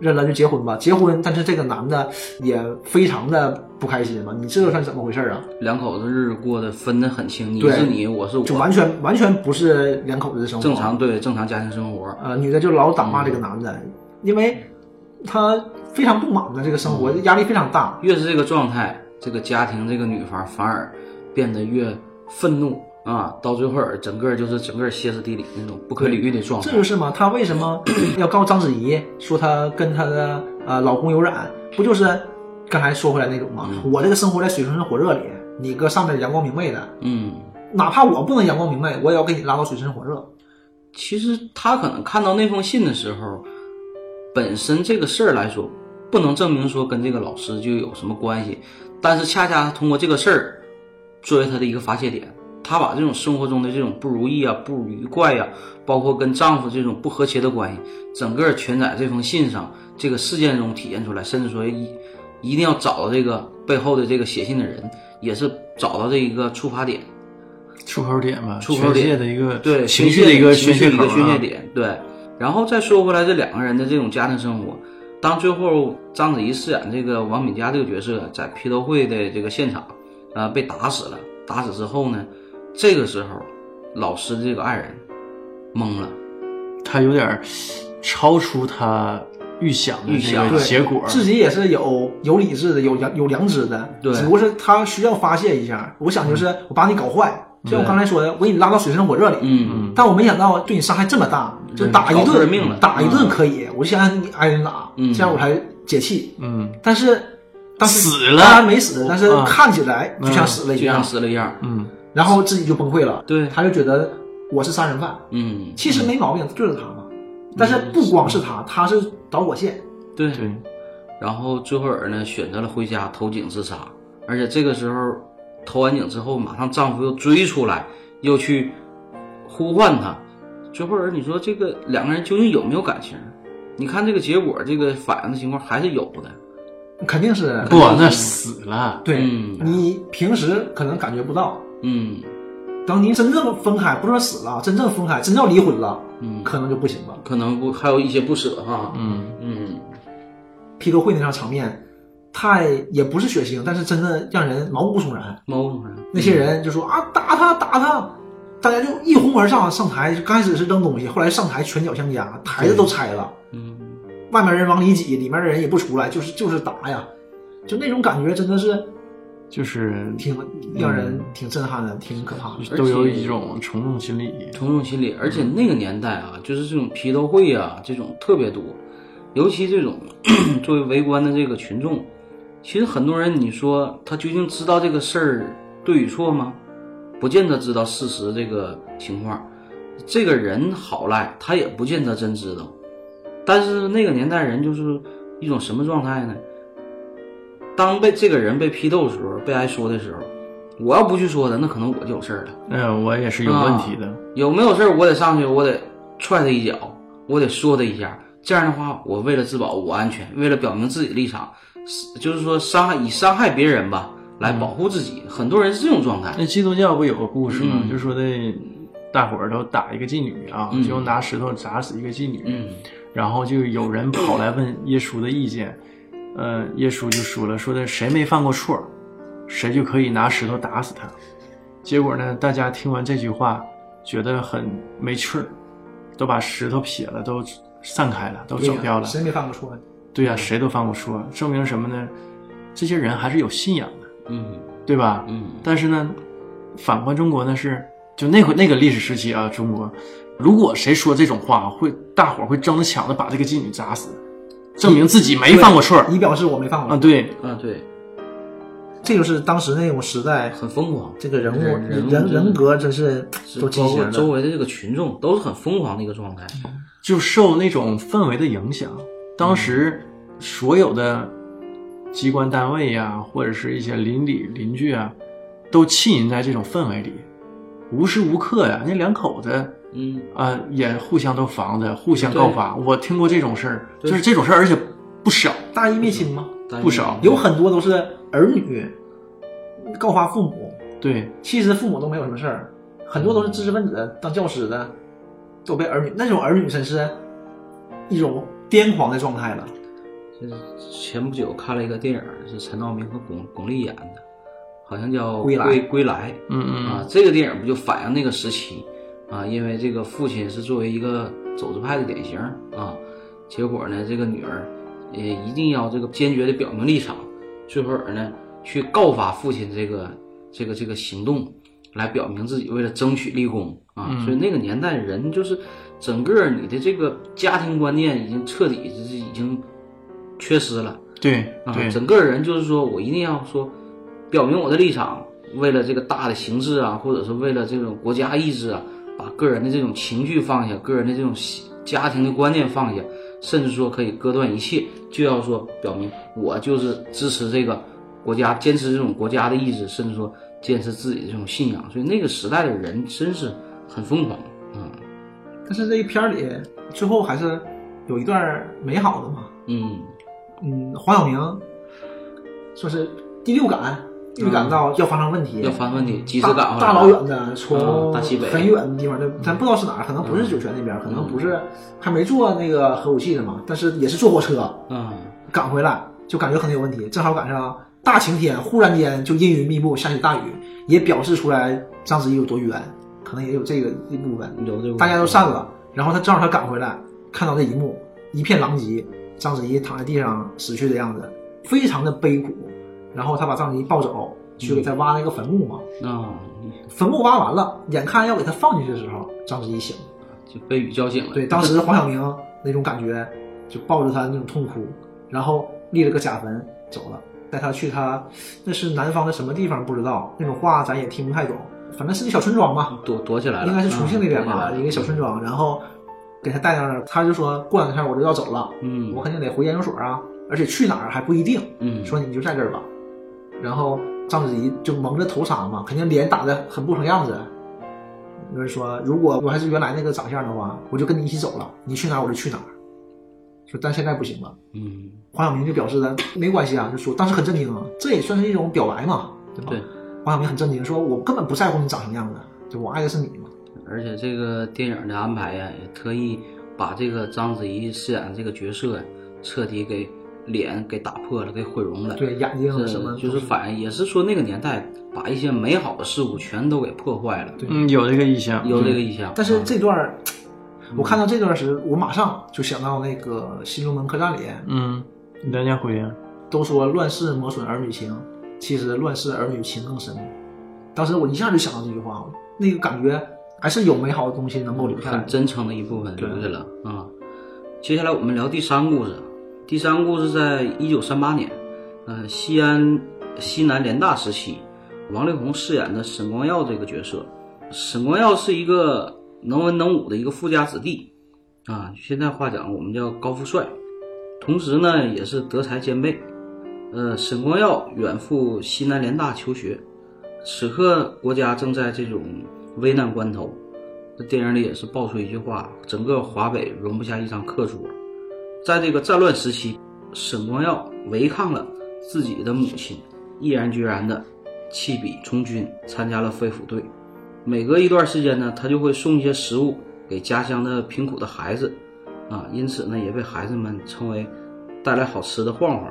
Speaker 4: 认了就结婚吧。结婚，但是这个男的也非常的不开心嘛，你这算怎么回事啊？
Speaker 3: 两口子日子过得分得很清，你
Speaker 4: 对
Speaker 3: 是你，我是
Speaker 4: 就
Speaker 3: 我，
Speaker 4: 完全完全不是两口子的生活。
Speaker 3: 正常对正常家庭生活，
Speaker 4: 呃，女的就老打骂这个男的，因为他非常不满的这个生
Speaker 3: 嗯
Speaker 4: 活压力非常大。
Speaker 3: 越是这个状态，这个家庭这个女方反而变得越愤怒啊，到最后儿整个就是整个歇斯底里那种不可理喻的状态
Speaker 4: 这。就是嘛，她为什么 要告章子怡说她跟她的呃老公有染？不就是刚才说回来那种吗？
Speaker 3: 嗯
Speaker 4: 我这个生活在水深火热里，你搁上面阳光明媚的，
Speaker 3: 嗯，
Speaker 4: 哪怕我不能阳光明媚，我也要给你拉到水深火热。
Speaker 3: 其实他可能看到那封信的时候，本身这个事儿来说，不能证明说跟这个老师就有什么关系，但是恰恰通过这个事儿，作为他的一个发泄点，他把这种生活中的这种不如意啊、不愉快呀、包括跟丈夫这种不和谐的关系，整个全在这封信上这个事件中体现出来，甚至说一一定要找到这个背后的这个写信的人，也是找到这一个触发点。
Speaker 2: 出口点吧，
Speaker 3: 出口
Speaker 2: 宣泄
Speaker 3: 点
Speaker 2: 的一个
Speaker 3: 对
Speaker 2: 情绪的一个
Speaker 3: 宣
Speaker 2: 宣泄口、
Speaker 3: 一
Speaker 2: 啊、
Speaker 3: 个宣泄点，对。然后再说回来，这两个人的这种家庭生活，当最后章子怡饰演这个王敏佳这个角色在批斗会的这个现场，呃，被打死了。打死之后呢，这个时候老师的这个爱人懵了，
Speaker 2: 他有点儿超出他预想的
Speaker 3: 预
Speaker 2: 这
Speaker 3: 想
Speaker 2: 个
Speaker 4: 对
Speaker 2: 结果，
Speaker 4: 自己也是有有理智的，有良有良知的，
Speaker 3: 对
Speaker 4: 只不过是他需要发泄一下。我想就是我把你搞坏，就像我
Speaker 3: 对
Speaker 4: 刚才说的，我给你拉到水深火热里。
Speaker 3: 嗯，
Speaker 4: 但我没想到对你伤害这么大，就打一
Speaker 3: 搞出
Speaker 4: 顿
Speaker 3: 人命了
Speaker 4: 打一顿
Speaker 3: 嗯
Speaker 4: 可以，我就想让你挨人打，
Speaker 3: 嗯
Speaker 4: 这样我才解气。
Speaker 2: 嗯
Speaker 4: 但是，但是
Speaker 2: 死了
Speaker 4: 当然没死，但是
Speaker 2: 啊
Speaker 4: 看起来就像死了一
Speaker 3: 嗯就
Speaker 4: 样
Speaker 3: 像，死了一样。
Speaker 2: 嗯，
Speaker 4: 然后自己就崩溃了。
Speaker 3: 对
Speaker 4: 他就觉得我是杀人犯，
Speaker 3: 嗯，
Speaker 4: 其实没毛病，就是他嘛。但是不光是他，他是导火线。
Speaker 3: 对。
Speaker 2: 对，
Speaker 3: 然后最后尔呢选择了回家投井自杀，而且这个时候投完井之后，马上丈夫又追出来，又去呼唤她。最后尔，你说这个两个人究竟有没有感情？你看这个结果，这个反应的情况还是有的。
Speaker 4: 肯定是
Speaker 2: 不，那死了，
Speaker 4: 对、
Speaker 3: 嗯
Speaker 4: 你平时可能感觉不到，
Speaker 3: 嗯
Speaker 4: 等您真正分开，不是说死了，真正分开，真正离婚了，
Speaker 3: 嗯，
Speaker 4: 可能就不行了。
Speaker 3: 可能不还有一些不舍哈。
Speaker 2: 嗯，
Speaker 3: 嗯，
Speaker 4: 批斗会那场场面，太也不是血腥，但是真的让人毛骨悚然。
Speaker 3: 猫什么
Speaker 4: 那些人就说啊，打他，打他，大家就一哄而上上台。刚开始是扔东西，后来上台拳脚相加，台子都拆了，
Speaker 3: 嗯
Speaker 4: 外面人往里挤，里面的人也不出来，就是就是打呀，就那种感觉真的是
Speaker 2: 就是
Speaker 4: 挺让人挺震撼的，挺可怕的。
Speaker 2: 都有一种从众心理，
Speaker 3: 从众心理，而且那个年代啊，就是这种批斗会啊，这种特别多，尤其这种 作为围观的这个群众，其实很多人，你说他究竟知道这个事儿对与错吗？不见得知道事实这个情况，这个人好赖他也不见得真知道，但是那个年代人就是一种什么状态呢？当被这个人被批斗的时候，被挨说的时候，我要不去说他，那可能我就有事儿了。
Speaker 2: 嗯，我也是有问题的，
Speaker 3: 有没有事儿我得上去，我得踹他一脚，我得说他一下。这样的话，我为了自保，我安全，为了表明自己立场，是就是说伤害以伤害别人吧，来保护自己。很多人是这种状态。
Speaker 2: 那基督教不有个故事吗？
Speaker 3: 嗯
Speaker 2: 就说的大伙儿都打一个妓女啊，
Speaker 3: 嗯
Speaker 2: 就拿石头砸死一个妓女，
Speaker 3: 嗯
Speaker 2: 然后就有人跑来问耶稣的意见，呃，耶稣就说了，说的谁没犯过错，谁就可以拿石头打死他。结果呢，大家听完这句话，觉得很没趣儿，都把石头撇了，都散开了，都走掉了。
Speaker 4: 谁没犯过错呀？
Speaker 2: 对呀、谁都犯过错，证明什么呢？这些人还是有信仰的，
Speaker 3: 嗯
Speaker 2: 对吧？
Speaker 3: 嗯
Speaker 2: 但是呢，反观中国呢是，就那会那个历史时期啊，中国如果谁说这种话，会大伙儿会争着抢着把这个妓女砸死，证明自己没犯过错儿
Speaker 4: 以表示我没犯过错
Speaker 2: 啊。对，
Speaker 3: 啊，对，
Speaker 4: 这就是当时那种时代，
Speaker 3: 很疯狂，
Speaker 4: 这个人物
Speaker 3: 人人物
Speaker 4: 人人格真是都畸
Speaker 3: 包括
Speaker 4: 形
Speaker 3: 周
Speaker 4: 了。
Speaker 3: 围的这个群众都是很疯狂的一个状态。
Speaker 2: 就受那种氛围的影响，当时所有的机关单位呀、或者是一些邻里邻居啊，都浸淫在这种氛围里，无时无刻呀、那两口子。
Speaker 3: 嗯，
Speaker 2: 啊，也互相都防着，互相告发。我听过这种事儿，
Speaker 3: 对
Speaker 2: 就是这种事儿，而且不少。
Speaker 4: 大义灭亲嘛，
Speaker 3: 但
Speaker 2: 不少
Speaker 4: 有很多都是儿女告发父母，
Speaker 2: 对，
Speaker 4: 其实父母都没有什么事儿，很多都是
Speaker 3: 嗯
Speaker 4: 知识分子当教师的，都被儿女那种儿女真是一种癫狂的状态了。
Speaker 3: 就是前不久看了一个电影儿，是陈道明和巩巩俐演的，好像叫《
Speaker 4: 归来
Speaker 3: 归归来》
Speaker 2: 嗯嗯
Speaker 3: 啊。这个电影不就反映那个时期啊？因为这个父亲是作为一个走资派的典型儿啊，结果呢，这个女儿也一定要这个坚决的表明立场，最后儿呢去告发父亲这个这个这个行动，来表明自己为了争取立功啊。
Speaker 2: 嗯
Speaker 3: 所以那个年代人就是整个你的这个家庭观念已经彻底就是已经缺失了。
Speaker 2: 对
Speaker 3: 啊
Speaker 2: 对，，
Speaker 3: 整个人就是说我一定要说，表明我的立场，为了这个大的形势啊，或者是为了这种国家意志啊，把个人的这种情绪放下，个人的这种喜家庭的观念放下，甚至说可以割断一切，就要说表明我就是支持这个国家，坚持这种国家的意志，甚至说坚持自己的这种信仰。所以那个时代的人真是很疯狂啊，
Speaker 4: 但是这一片儿里最后还是有一段美好的嘛，
Speaker 3: 嗯
Speaker 4: 嗯，黄晓明说是第六感预感到要发生问题，
Speaker 3: 嗯，要发问题，及时
Speaker 4: 大
Speaker 3: 赶回来
Speaker 4: 大老远的从
Speaker 3: 嗯大西北嗯
Speaker 4: 很远的地方，咱咱不知道是哪儿，可能不是酒泉那边，可能不是还没坐那个核武器呢嘛，但是也是坐火车
Speaker 3: 啊，
Speaker 4: 赶回来，就感觉可能有问题。正好赶上大晴天，忽然间就阴云密布，下起大雨，也表示出来章子怡有多冤，可能也有这个一部分。
Speaker 3: 有这个
Speaker 4: 大家都散了，然后他正好他赶回来，看到这一幕，一片狼藉，章子怡躺在地上死去的样子，非常的悲苦。然后他把章子怡抱走，去给他挖那个坟墓嘛。
Speaker 3: 啊，
Speaker 4: 坟墓挖完了，眼看要给他放进去的时候，章子怡醒了。
Speaker 3: 就被雨叫醒了，
Speaker 4: 对，当时黄晓明那种感觉，就抱着他那种痛哭，然后立了个假坟走了，带他去他那是南方的什么地方不知道，那种话咱也听不太懂，反正是个小村庄嘛，
Speaker 3: 躲躲起来了，
Speaker 4: 应该是重庆那边吧，
Speaker 3: 嗯
Speaker 4: 一个小村。庄，然后给他带到那儿，他就说过两天我就要走了，
Speaker 3: 嗯，
Speaker 4: 我肯定得回研究所啊，而且去哪儿还不一定，
Speaker 3: 嗯
Speaker 4: 说你就在这儿吧。然后章子怡就蒙着头纱嘛，肯定脸打得很不成样子。就是说，如果我还是原来那个长相的话，我就跟你一起走了，你去哪儿我就去哪儿。说但现在不行了，
Speaker 3: 嗯，
Speaker 4: 黄晓明就表示的没关系啊，就说当时很震惊啊，这也算是一种表白嘛，对吧？
Speaker 3: 对，
Speaker 4: 黄晓明很震惊，说我根本不在乎你长什么样子，就我爱的是你嘛。
Speaker 3: 而且这个电影的安排呀，也特意把这个章子怡饰演的这个角色呀，彻底给脸给打破了，给毁容了。
Speaker 4: 对，眼睛
Speaker 3: 是
Speaker 4: 什么
Speaker 3: 就是反映，也是说那个年代把一些美好的事物全都给破坏了，
Speaker 4: 对
Speaker 2: 嗯，有这个意向，
Speaker 3: 有这个
Speaker 2: 嗯
Speaker 3: 意向。
Speaker 4: 但是
Speaker 3: 啊
Speaker 4: 这段儿，
Speaker 3: 嗯
Speaker 4: 我看到这段时，我马上就想到那个《新龙门客栈》里，
Speaker 2: 嗯，梁家辉啊，
Speaker 4: 都说乱世磨损儿女情，其实乱世儿女情更深。当时我一下就想到这句话，那个感觉还是有美好的东西能够留下来
Speaker 3: 很。真诚的一部分
Speaker 4: 对
Speaker 3: 留下了啊。接下来我们聊第三故事，第三故事在一九三八年，呃，西安西南联大时期，王力宏饰演的沈光耀这个角色，沈光耀是一个能文能武的一个富家子弟，啊，现在话讲我们叫高富帅，同时呢也是德才兼备。呃，沈光耀远赴西南联大求学，此刻国家正在这种危难关头，这电影里也是爆出一句话：整个华北容不下一张课桌。在这个战乱时期，沈光耀违抗了自己的母亲，毅然决然的弃笔从军，参加了飞虎队。每隔一段时间呢，他就会送一些食物给家乡的贫苦的孩子，啊，因此呢，也被孩子们称为带来好吃的晃晃。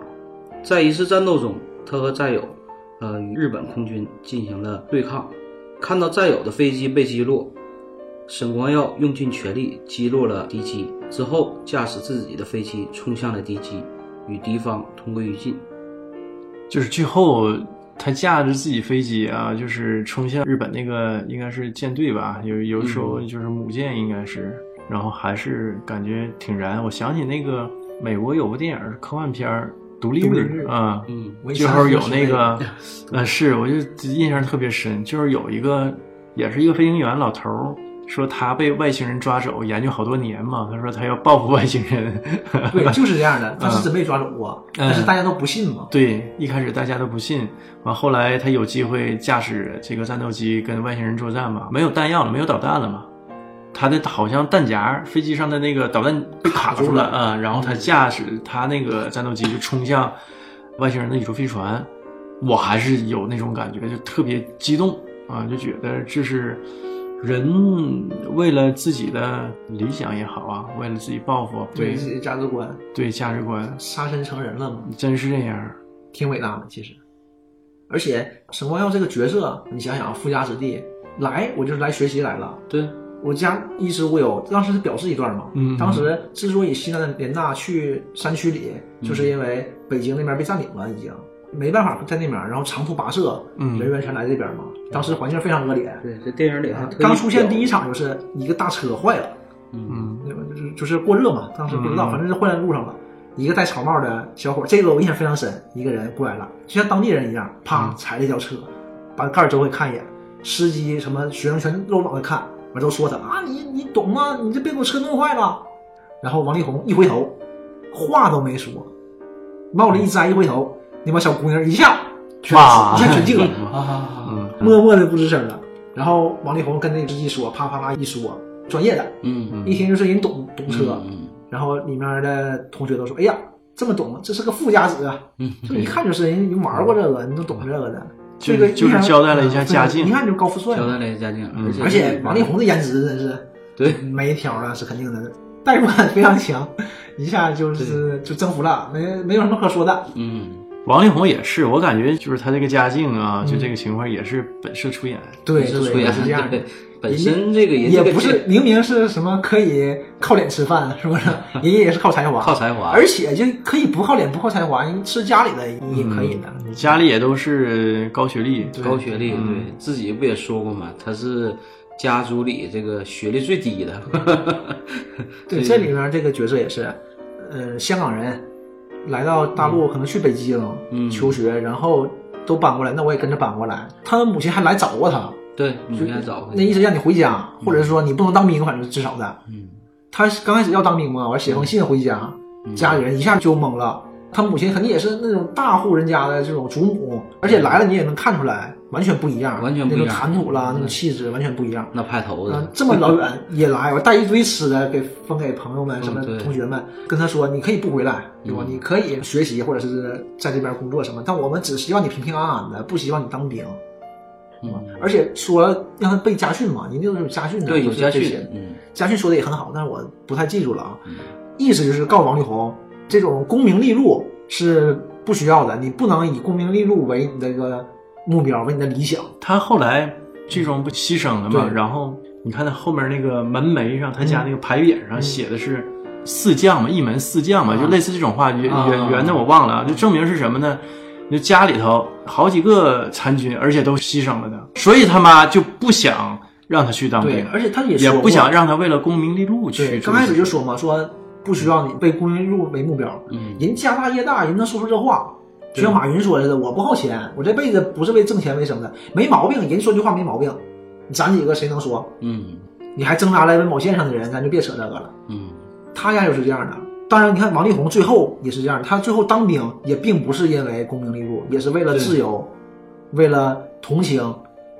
Speaker 3: 在一次战斗中，他和战友，呃，与日本空军进行了对抗。看到战友的飞机被击落，沈光耀用尽全力击落了敌机，之后驾驶自己的飞机冲向了敌机，与敌方同归于尽。
Speaker 2: 就是最后他驾着自己飞机啊，就是冲向日本那个应该是舰队吧，有有时候就是母舰应该是，然后还是感觉挺燃。我想起那个美国有部电影科幻片儿《独立
Speaker 4: 独立
Speaker 2: 日
Speaker 4: 日》
Speaker 2: 啊，
Speaker 3: 嗯，
Speaker 4: 我一
Speaker 2: 就
Speaker 4: 下
Speaker 2: 是有
Speaker 4: 子
Speaker 2: 那
Speaker 4: 是
Speaker 2: 个，呃，是，我就印象特别深，就是有一个也是一个飞行员老头儿，说他被外星人抓走，研究好多年嘛，他说他要报复外星人。
Speaker 4: 对，就是这样的，他
Speaker 2: 嗯
Speaker 4: 是真被抓走过，但是大家都不信嘛。
Speaker 2: 对，一开始大家都不信，完后来他有机会驾驶这个战斗机跟外星人作战嘛，没有弹药了，没有导弹了嘛，他的好像弹夹飞机上的那个导弹被卡住了啊、嗯然后他驾驶他那个战斗机就冲向外星人的宇宙飞船，我还是有那种感觉，就特别激动啊，就觉得这是人为了自己的理想也好啊，为了自己抱负，
Speaker 4: 对
Speaker 2: 对
Speaker 4: 自己的价值观，
Speaker 2: 对价值观，
Speaker 4: 杀身成仁了嘛，
Speaker 2: 真是这样，
Speaker 4: 挺伟大的其实。而且沈光耀这个角色，你想啊想，富家子弟来，我就是来学习来了。
Speaker 3: 对，
Speaker 4: 我家衣食无忧，当时是表示一段嘛。
Speaker 2: 嗯
Speaker 4: 当时之所以西南联大去山区里，就是因为北京那边被占领了，已经没办法在那边，然后长途跋涉，
Speaker 2: 嗯
Speaker 4: 人员全来这边嘛。当时环境非常恶劣，
Speaker 3: 对，这电影里还特意
Speaker 4: 刚出现第一
Speaker 3: 表，
Speaker 4: 场就是一个大车坏了。
Speaker 2: 嗯。
Speaker 4: 那个就是就是过热嘛，当时不知道，
Speaker 2: 嗯
Speaker 4: 反正是坏在路上了。一个戴草帽的小伙，这个我印象非常深，一个人过来了，就像当地人一样，
Speaker 2: 嗯
Speaker 4: 啪踩了一脚车，把盖儿周围看一眼，司机什么学生全都往那看，完之后说他啊，你你懂吗？你这别给我车弄坏了。然后王力宏一回头，话都没说，帽子一摘一回头，那帮小姑娘一下全
Speaker 2: 哇
Speaker 4: 一下全静 了，
Speaker 3: 啊，
Speaker 2: 嗯
Speaker 4: 默默的不吱声了。然后王力宏跟那司机说，啪啪啪一说，专业的，
Speaker 3: 嗯，
Speaker 4: 一听就是人懂懂车。
Speaker 3: 嗯
Speaker 4: 然后里面的同学都说：“哎呀，这么懂，这是个富家子啊！
Speaker 3: 嗯
Speaker 4: 就一看就是人，你玩过这个，你都懂这个的。”
Speaker 2: 就
Speaker 4: 这
Speaker 2: 是
Speaker 4: 个嗯
Speaker 2: 就是交代了一下家境
Speaker 4: 呃一看就高富帅
Speaker 3: 交代
Speaker 4: 嘛。
Speaker 3: 了一下家境，
Speaker 2: 嗯
Speaker 3: 而且
Speaker 4: 而且王力宏的颜值真是
Speaker 3: 对
Speaker 4: 没挑了，啊是肯定的，代入感非常强，一下就是就征服了，没没有什么可说的。
Speaker 3: 嗯，
Speaker 2: 王力宏也是，我感觉就是他这个家境啊，
Speaker 4: 嗯
Speaker 2: 就这个情况也是本色出演。
Speaker 4: 对，
Speaker 3: 是
Speaker 4: 对
Speaker 3: 出演
Speaker 4: 是这样的
Speaker 3: 对。，本身这个人
Speaker 4: 也
Speaker 3: 这个
Speaker 4: 不是
Speaker 3: 电
Speaker 4: 明明是什么可以靠脸吃饭，是不是？人家也是靠才华，
Speaker 3: 靠才华，
Speaker 4: 而且就可以不靠脸不靠才华，你吃家里的你也可以的。
Speaker 3: 嗯
Speaker 2: 你家里也都是高学历，
Speaker 3: 高学历，
Speaker 2: 嗯
Speaker 3: 对自己不也说过嘛，他是家族里这个学历最低的。
Speaker 4: 对，这里面这个角色也是，呃，香港人来到大陆，可能去北京、
Speaker 3: 嗯
Speaker 4: 求学，然后都搬过来，那我也跟着搬过来。他的母亲还来找过他，
Speaker 3: 对，你应该找回
Speaker 4: 那意思让你回家，或者说你不能当兵，反正至少的。
Speaker 3: 嗯，
Speaker 4: 他刚开始要当兵嘛，我写封信回家，
Speaker 3: 嗯
Speaker 4: 家里人一下就懵了。他母亲肯定也是那种大户人家的这种祖母，而且来了你也能看出来，完全不一样，
Speaker 3: 完全不一样
Speaker 4: 那种谈吐啦，那种气质完全不一样。
Speaker 3: 那派头
Speaker 4: 嗯
Speaker 3: 的，，
Speaker 4: 这么老远也来，我带一堆吃的给分给朋友们、什么
Speaker 3: 嗯对嗯
Speaker 4: 同学们，跟他说你可以不回来，对吧？你可以学习或者是在这边工作什么，但我们只希望你平平安安的，不希望你当兵。
Speaker 3: 嗯，
Speaker 4: 而且说让他背家训嘛，人家有家训的，啊
Speaker 3: 对，有
Speaker 4: 就是
Speaker 3: 家
Speaker 4: 这
Speaker 3: 训
Speaker 4: 些，
Speaker 3: 嗯，
Speaker 4: 家训说的也很好，但是我不太记住了啊。意思就是告诉王力宏，这种功名利禄是不需要的，你不能以功名利禄为你的一个目标，为你的理想。
Speaker 2: 他后来最终不牺牲了嘛？
Speaker 4: 对嗯
Speaker 2: 然后你看他后面那个门楣上，他家那个牌匾上写的是“四将”嘛，一门四将嘛，就类似这种话，原
Speaker 3: 啊
Speaker 2: 原原的我忘了啊，就证明是什么呢？就家里头好几个参军，而且都牺牲了的，所以他妈就不想让他去
Speaker 3: 啊
Speaker 2: 当
Speaker 4: 对
Speaker 2: 兵，，
Speaker 4: 而且他也
Speaker 2: 也
Speaker 4: 说
Speaker 2: 不
Speaker 4: 过
Speaker 2: 想让他为了功名利禄去
Speaker 4: 对，
Speaker 2: 做
Speaker 4: 刚
Speaker 2: 这
Speaker 4: 开
Speaker 2: 些事。
Speaker 4: 始就说嘛，说不需要你被功名利禄为目标，
Speaker 3: 嗯
Speaker 4: 人家大业大，人能说出这话，就像马云说的似的，我不好钱，我这辈子不是为挣钱为生的，没毛病，人说句话没毛病，咱几个谁能说？
Speaker 3: 嗯
Speaker 4: 你还挣扎在温饱线上的人，咱就别扯这个了。
Speaker 3: 嗯，
Speaker 4: 他家就是这样的。当然，你看王力宏最后也是这样，他最后当兵也并不是因为功名利禄，也是为了自由，为了同情。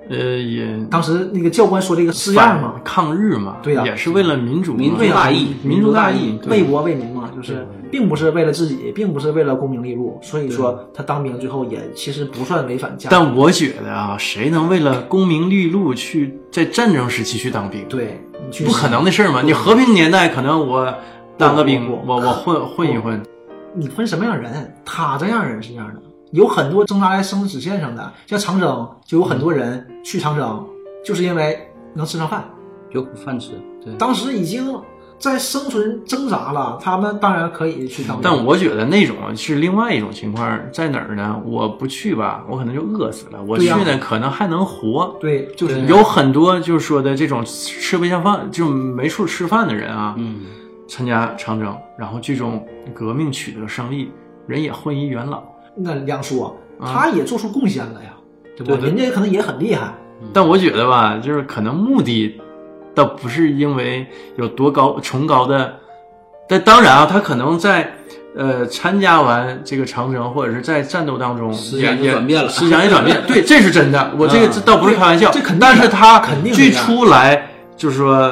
Speaker 2: 呃，也
Speaker 4: 当时那个教官说这个式样
Speaker 2: 反
Speaker 4: 嘛，
Speaker 2: 抗日嘛，
Speaker 4: 对呀
Speaker 2: 呃也是为了民主嘛，
Speaker 3: 民族
Speaker 2: 对呀
Speaker 3: 大义
Speaker 2: 民族大义，对
Speaker 4: 为国为民嘛，就是并不是为了自己，并不是为了功名利禄，所以说他当兵最后也其实不算违反家。
Speaker 2: 但我觉得啊，谁能为了功名利禄去在战争时期去当兵？，
Speaker 4: 对，你去
Speaker 2: 不可能的事儿嘛。你和平年代可能我当个兵，
Speaker 4: 不不不
Speaker 2: 我我混混一混，
Speaker 4: 你分什么样人？他这样人是这样的，有很多挣扎在生死线上的，像长征就有很多人去长征，就是因为能吃上饭。
Speaker 3: 有口饭吃，对，
Speaker 4: 当时已经在生存挣扎了，他们当然可以去当兵。
Speaker 2: 但我觉得那种是另外一种情况，在哪儿呢？我不去吧，我可能就饿死了；我
Speaker 4: 对
Speaker 2: 去
Speaker 4: 呀
Speaker 2: 呢，可能还能活。
Speaker 4: 对，就是这样
Speaker 2: 有很多就是说的这种吃不下饭，就没处吃饭的人啊，
Speaker 3: 嗯，
Speaker 2: 参加长征，然后最终革命取得胜利，人也混一元老。
Speaker 4: 那两说，
Speaker 2: 啊
Speaker 4: 他也做出贡献了呀，对吧？
Speaker 2: 对对
Speaker 4: 人家可能也很厉害，
Speaker 3: 嗯
Speaker 2: 但我觉得吧，就是可能目的倒不是因为有多高崇高的，但当然啊，他可能在呃参加完这个长征或者是在战斗当中
Speaker 3: 思想
Speaker 2: 也
Speaker 3: 就转变了
Speaker 2: 也思想也转变，对，这是真的，我这个
Speaker 3: 嗯
Speaker 2: 这倒不是开玩笑，
Speaker 4: 这肯定
Speaker 2: 但是他
Speaker 4: 肯定是
Speaker 2: 最
Speaker 4: 这样
Speaker 2: 初来就是说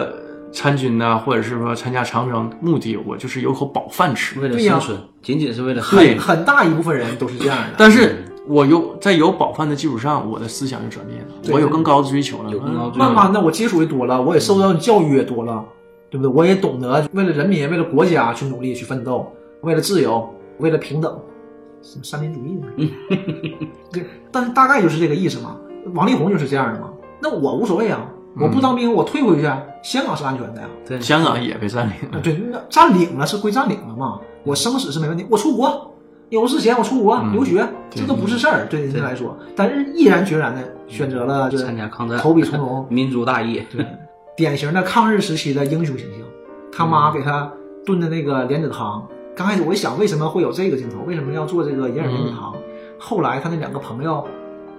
Speaker 2: 参军呐、或者是说参加长征，目的我就是有口饱饭吃，
Speaker 3: 为了
Speaker 4: 对呀
Speaker 3: 生存，仅仅是为了
Speaker 2: 对
Speaker 3: 汉
Speaker 4: 很大一部分人都是这样的。
Speaker 2: 但是。我有在有饱饭的基础上，我的思想就转变了，
Speaker 4: 对
Speaker 2: 我有更高的追求了，
Speaker 3: 有更高的追求
Speaker 4: 慢慢的，我接触也多了，我也受到的教育也多了，对不对？我也懂得为了人民、为了国家去努力、去奋斗，为了自由、为了平等，什么三民主义 呢？对，但是大概就是这个意思嘛。王力宏就是这样的嘛。那我无所谓啊，
Speaker 3: 嗯
Speaker 4: 我不当兵，我退回去，香港是安全的呀、
Speaker 3: 对
Speaker 2: 嗯香港也被占领
Speaker 3: 嗯
Speaker 2: 了。
Speaker 4: 对，那占领了是归占领了嘛，我生死是没问题，我出国，有之前我出国、
Speaker 2: 嗯
Speaker 4: 留学，
Speaker 2: 对
Speaker 4: 这都不是事儿，对人家来说，但是毅然决然的选择了
Speaker 3: 参加抗战，，
Speaker 4: 投笔从 戎
Speaker 3: 民族大义，
Speaker 4: 对， 典型的抗日时期的英雄形象。他
Speaker 2: 嗯
Speaker 4: 妈给他炖的那个莲子汤，刚开始我一想为什么会有这个镜头，为什么要做这个银耳莲子
Speaker 2: 嗯
Speaker 4: 汤？后来他那两个朋友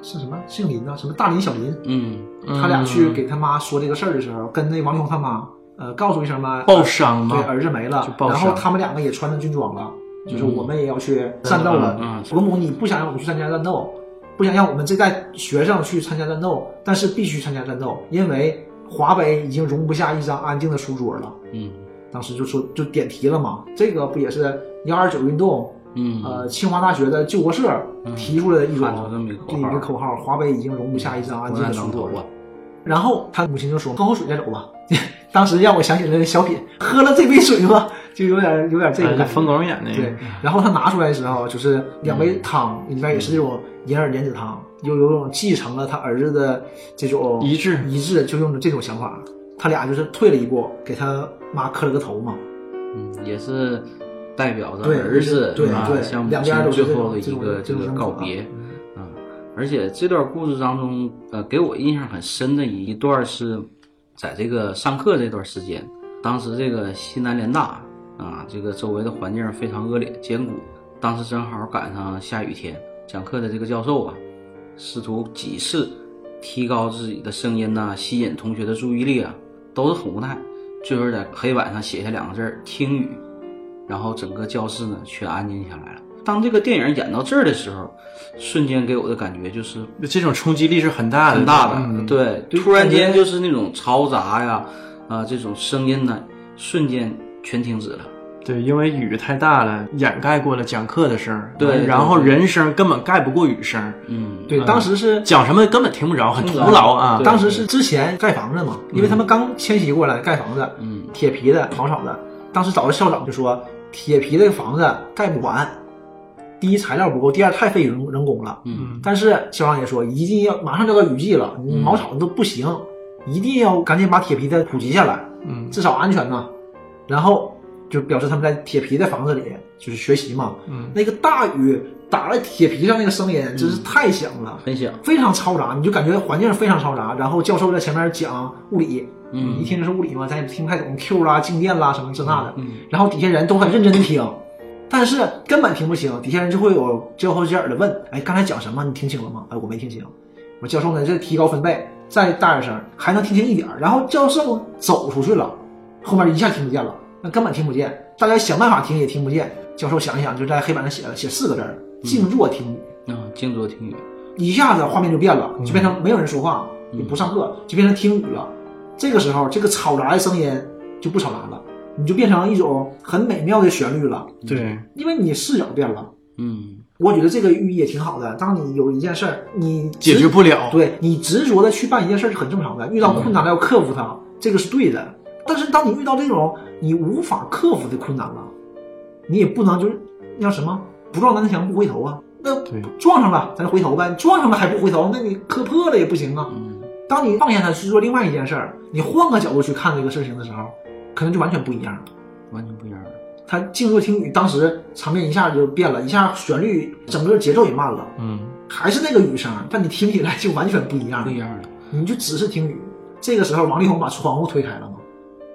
Speaker 4: 是什么姓林呢？啊什么大林小林，
Speaker 3: 嗯，
Speaker 2: 嗯
Speaker 4: 他俩去给他妈说这个事儿的时候，跟那王力宏他妈呃告诉一声嘛，
Speaker 2: 报哎伤
Speaker 4: 对，
Speaker 2: 吗？
Speaker 4: 儿子没了
Speaker 2: 就，报
Speaker 4: 然
Speaker 2: 销
Speaker 4: 后他们两个也穿着军装了，就是我们也要去战斗了。
Speaker 3: 啊
Speaker 2: 嗯嗯
Speaker 4: 国母，你不想让我们去参加战斗，不想让我们这代学生去参加战斗，但是必须参加战斗，因为华北已经容不下一张安静的书桌了。
Speaker 3: 嗯
Speaker 4: 当时就说就点题了嘛，这个不也是幺二九运动，
Speaker 3: 嗯，
Speaker 4: 呃，清华大学的救国社提出来的一种
Speaker 3: 喊出这么一个口
Speaker 4: 一
Speaker 3: 号
Speaker 4: 个口号：华北已经容不下一张安
Speaker 3: 国
Speaker 4: 静
Speaker 3: 难
Speaker 4: 的书
Speaker 3: 当头
Speaker 4: 桌了
Speaker 3: 啊。，
Speaker 4: 然后他母亲就说：“喝口水再走吧。” 当时让我想起了小品，喝了这杯水吧，就有点有点这个
Speaker 2: 哎
Speaker 4: 感
Speaker 2: 冯
Speaker 4: 觉。
Speaker 2: 巩演那
Speaker 4: 对
Speaker 2: 个，，
Speaker 4: 然后他拿出来的时候，就是两杯
Speaker 2: 嗯
Speaker 4: 汤里边也是这种银耳莲子汤，又有种继承了他儿子的这种
Speaker 2: 一致
Speaker 4: 一致，就用这种想法。他俩就是退了一步，给他妈磕了个头嘛。
Speaker 3: 嗯，也是代表着
Speaker 4: 对
Speaker 3: 儿子
Speaker 4: 对
Speaker 3: 啊
Speaker 4: 对
Speaker 3: 向母
Speaker 4: 两
Speaker 3: 亲
Speaker 4: 边都是
Speaker 3: 最后的
Speaker 4: 这
Speaker 3: 一
Speaker 4: 种
Speaker 3: 个
Speaker 4: 这
Speaker 3: 这
Speaker 4: 种
Speaker 3: 个
Speaker 4: 这种
Speaker 3: 告
Speaker 4: 想法
Speaker 3: 别
Speaker 4: 嗯
Speaker 3: 啊。而且这段故事当中，呃，给我印象很深的一段是，在这个上课这段时间，当时这个西南联大啊，这个周围的环境非常恶劣艰苦，当时正好赶上下雨天，讲课的这个教授啊，试图几次提高自己的声音呐、吸引同学的注意力啊，都是很无奈。最后在黑板上写下两个字儿“听雨”，然后整个教室呢全安静下来了。当这个电影演到这儿的时候，瞬间给我的感觉就是
Speaker 2: 这种冲击力是很大的，
Speaker 3: 很大的，
Speaker 2: 嗯
Speaker 3: 对，突然间就是那种嘈杂呀，啊、这种声音呢，瞬间全停止了。
Speaker 2: 对，因为雨太大了，掩盖过了讲课的声儿，
Speaker 3: 对对
Speaker 2: 然后
Speaker 3: 对
Speaker 2: 人声根本盖不过雨声，
Speaker 3: 嗯，
Speaker 4: 对，当时是
Speaker 2: 讲什么根本听不着，很徒
Speaker 3: 不着
Speaker 2: 劳啊
Speaker 3: 对。
Speaker 4: 当时是之前盖房子嘛，
Speaker 2: 嗯
Speaker 4: 因为他们刚迁徙过来盖房子，
Speaker 3: 嗯，
Speaker 4: 铁皮的茅草的。当时找的校长就说，铁皮的房子盖不完，第一材料不够，第二太费人人工了。
Speaker 2: 嗯，
Speaker 4: 但是校长也说，一定要马上就到雨季了，你茅草都不行，一定要赶紧把铁皮的普及下来，
Speaker 2: 嗯
Speaker 4: 至少安全呐。然后就表示他们在铁皮的房子里就是学习嘛。
Speaker 2: 嗯，
Speaker 4: 那个大雨打在铁皮上那个声音真是太响了，
Speaker 3: 很响，
Speaker 4: 非常嘈杂，你就感觉环境非常嘈杂。然后教授在前面讲物理，
Speaker 3: 嗯
Speaker 4: 一听就是物理嘛，咱也听不太懂 Q 啦、静电啦什么这那的。
Speaker 3: 嗯
Speaker 4: 然后底下人都很认真的听，但是根本听不清，底下人就会有交头接耳的问：“哎，刚才讲什么？你听清了吗？”哎，我没听清。我教授呢，再提高分贝，再大点声，还能听清一点儿。然后教授走出去了，后面一下听不见了，那根本听不见。大家想办法听也听不见。教授想一想，就在黑板上写了写四个字儿：“
Speaker 3: 嗯
Speaker 4: 静坐听雨。
Speaker 3: 啊，静坐听雨，
Speaker 4: 一下子画面就变了，
Speaker 2: 嗯
Speaker 4: 就变成没有人说话，也不上课，就变成听雨了。这个时候，这个嘈杂的声音就不嘈杂了，你就变成一种很美妙的旋律了，
Speaker 2: 对，
Speaker 4: 因为你视角变了。
Speaker 3: 嗯
Speaker 4: 我觉得这个寓意也挺好的。当你有一件事儿，你
Speaker 2: 解决不了，
Speaker 4: 对你执着的去办一件事儿是很正常的，遇到
Speaker 2: 嗯
Speaker 4: 困难了要克服它，这个是对的。但是当你遇到这种你无法克服的困难了，你也不能就是那叫什么不撞南墙不回头啊。那
Speaker 2: 对
Speaker 4: 撞上了咱回头呗，撞上了还不回头，那你磕破了也不行啊。
Speaker 3: 嗯
Speaker 4: 当你放下它去做另外一件事儿，你换个角度去看这个事情的时候，可能就完全不一样了。
Speaker 3: 完全不一样了。
Speaker 4: 他静若听雨，当时场面一下就变了，一下旋律整个节奏也慢了，
Speaker 2: 嗯，
Speaker 4: 还是那个雨声，但你听起来就完全不一样
Speaker 3: 不
Speaker 4: 了
Speaker 3: 一。样了。
Speaker 4: 你就只是听雨。这个时候，王力宏把窗户推开了嘛，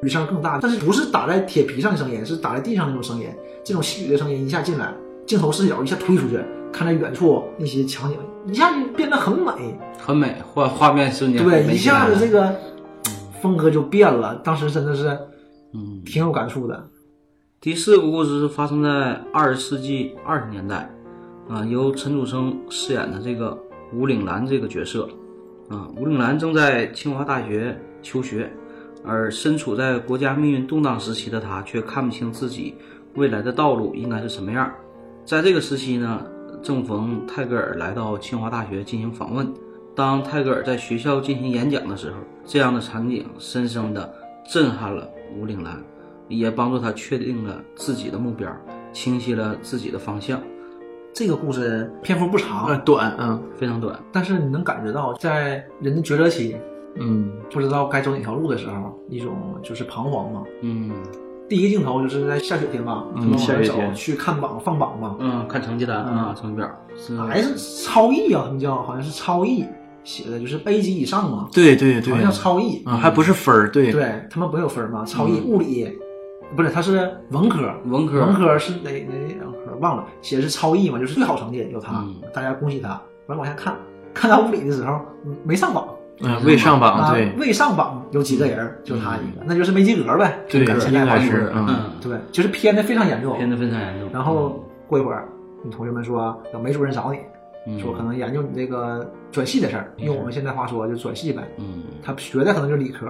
Speaker 4: 雨声更大，但是不是打在铁皮上的声音，是打在地上那种声音，这种细雨的声音一下进来，镜头视角一下推出去，看在远处那些场景，一下就变得很美，
Speaker 3: 很美，画画面瞬间
Speaker 4: 对，
Speaker 3: 美
Speaker 4: 一
Speaker 3: 起来
Speaker 4: 下
Speaker 3: 了
Speaker 4: 子这个风格就变了。当时真的是
Speaker 3: 嗯，
Speaker 4: 挺有感触的，
Speaker 3: 第四个故事是发生在二十世纪二十年代，啊、由陈楚生饰演的这个吴岭澜这个角色，啊、吴岭澜正在清华大学求学，而身处在国家命运动荡时期的他，却看不清自己未来的道路应该是什么样。在这个时期呢，正逢泰戈尔来到清华大学进行访问，当泰戈尔在学校进行演讲的时候，这样的场景深深的震撼了吴岭澜，也帮助他确定了自己的目标，清晰了自己的方向。
Speaker 4: 这个故事篇幅不长，
Speaker 2: 呃，短，嗯
Speaker 3: 非常短，
Speaker 4: 但是你能感觉到，在人的抉择期，
Speaker 2: 嗯
Speaker 4: 不知道该走哪条路的时候，一种就是彷徨嘛。
Speaker 3: 嗯
Speaker 4: 第一个镜头就是在下雪天吧，
Speaker 2: 嗯
Speaker 4: 他们往
Speaker 2: 下
Speaker 4: 外
Speaker 2: 雪
Speaker 4: 走
Speaker 2: 天
Speaker 4: 去看榜放榜嘛，
Speaker 3: 嗯，看成绩单
Speaker 4: 嗯哎
Speaker 3: 啊，成绩表是
Speaker 4: 还是超译啊，他们叫好像是超译写的，就是 A 级以上嘛，
Speaker 2: 对对对
Speaker 4: 好，像叫超译。
Speaker 2: 啊，还不是分儿，对，
Speaker 4: 对他们不是有分嘛，超译
Speaker 3: 嗯
Speaker 4: 物理不是，它是文科，
Speaker 3: 文科
Speaker 4: 文科是哪哪两科忘了，写的是超译嘛，就是最好成绩有他
Speaker 3: 嗯，
Speaker 4: 大家恭喜他。完了往下看，看到物理的时候嗯没上榜
Speaker 2: 嗯，未上榜，
Speaker 4: 啊
Speaker 2: 对，嗯
Speaker 4: 未上榜有几个人，就他一个，那就是没及格呗。
Speaker 2: 对，
Speaker 4: 感觉
Speaker 2: 应该
Speaker 4: 还
Speaker 2: 是，嗯，
Speaker 3: 嗯，
Speaker 4: 对，就是偏的非常严重，
Speaker 3: 偏的非常严重。
Speaker 4: 然后过一会儿，你同学们说有梅主任找你，
Speaker 3: 嗯
Speaker 4: 说可能研究你这个转系的事儿，用我们现在话说就转系呗。
Speaker 3: 嗯
Speaker 4: 他学的可能就是理科，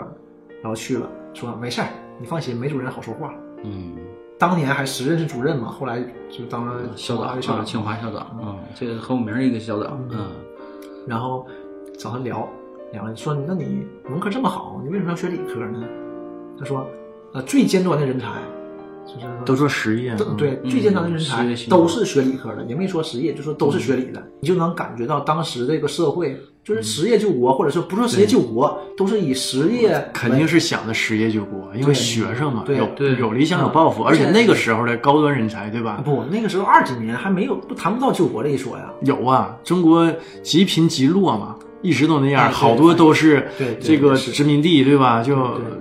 Speaker 4: 然后去了，说没事儿，你放心，梅主任好说话。
Speaker 3: 嗯，
Speaker 4: 当年还时任是主任嘛，后来就当了
Speaker 3: 校
Speaker 4: 大
Speaker 3: 长
Speaker 4: 学校
Speaker 3: 啊，
Speaker 4: 长。嗯
Speaker 3: 清华校长啊，这个很有名儿一个校长，嗯
Speaker 4: 然后找他聊，聊了说那你文科这么好，你为什么要学理科呢？他说，呃，最尖端的人才就是
Speaker 2: 都说实业，
Speaker 4: 都
Speaker 2: 嗯
Speaker 4: 对，最简单的人才
Speaker 3: 实业型
Speaker 4: 都是学理科的，也没说实业，就说都是学理的，你就能感觉到当时这个社会就是实业救国，或者说不说实业救国，都是以实业
Speaker 2: 肯定是想着实业救国，因为
Speaker 4: 对
Speaker 2: 学生嘛，
Speaker 4: 对
Speaker 2: 有
Speaker 3: 对
Speaker 2: 有理想有
Speaker 4: 嗯
Speaker 2: 抱负，而且
Speaker 4: 而且
Speaker 2: 那个时候的高端人才，对吧？
Speaker 4: 不那个时候二几年还没有不谈不到救国这一说呀，
Speaker 2: 有啊，中国极贫极落嘛，一直都那样，
Speaker 4: 哎对
Speaker 2: 好多都是
Speaker 4: 对对
Speaker 2: 这个
Speaker 4: 是
Speaker 2: 殖民地，对吧？就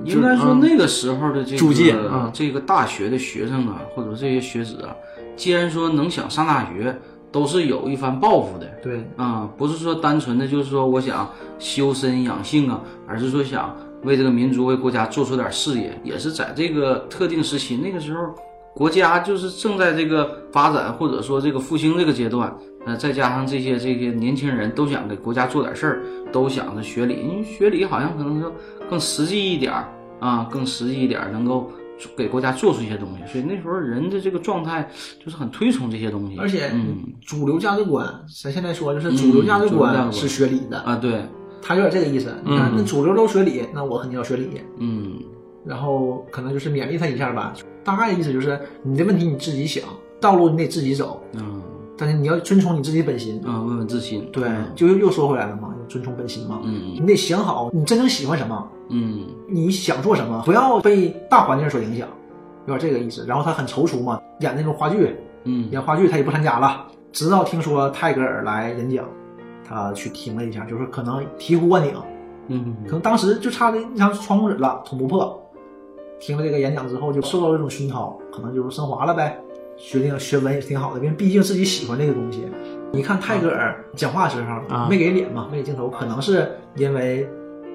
Speaker 4: 对
Speaker 2: 就
Speaker 3: 应该说
Speaker 2: 嗯
Speaker 3: 那个时候的这个
Speaker 2: 租界嗯
Speaker 3: 这个大学的学生啊，或者说这些学子啊，既然说能想上大学，都是有一番抱负的
Speaker 4: 对，
Speaker 3: 啊、不是说单纯的就是说我想修身养性啊，而是说想为这个民族为国家做出点事业，也是在这个特定时期，那个时候国家就是正在这个发展或者说这个复兴这个阶段。呃，再加上这些这些年轻人都想给国家做点事儿，都想着学理，因为学理好像可能说更实际一点儿啊，更实际一点儿，能够给国家做出一些东西。所以那时候人的这个状态就是很推崇这些东西，
Speaker 4: 而且
Speaker 3: 嗯
Speaker 4: 主流价值观，咱现在说就是主流价值
Speaker 3: 嗯主流价值
Speaker 4: 观
Speaker 3: 观
Speaker 4: 是学理的，
Speaker 3: 啊，对，
Speaker 4: 他有点这个意思，
Speaker 2: 嗯
Speaker 4: 那那主流都学理，那我肯定要学理，
Speaker 3: 嗯，
Speaker 4: 然后可能就是勉励他一下吧，大概意思就是你的问题你自己想，道路你得自己走，
Speaker 3: 嗯
Speaker 4: 但是你要遵从你自己本心，
Speaker 3: 啊，问问自信，
Speaker 4: 对，就又又说回来了嘛，要遵从本心嘛。
Speaker 3: 嗯
Speaker 4: 你得想好你真正喜欢什么，
Speaker 3: 嗯
Speaker 4: 你想做什么，不要被大环境所影响，有点这个意思。然后他很踌躇嘛，演那种话剧，
Speaker 3: 嗯
Speaker 4: 演话剧他也不参加了，直到听说泰戈尔来演讲，他去听了一下，就是可能醍醐灌顶，
Speaker 3: 嗯
Speaker 4: 可能当时就差那一张窗户纸了，捅不破。听了这个演讲之后，就受到了这种熏陶，可能就是升华了呗。学那个学文也挺好的，因为毕竟自己喜欢这个东西。你看泰戈尔讲话时候、嗯
Speaker 2: 啊
Speaker 4: 没给脸嘛，没给镜头，可能是因为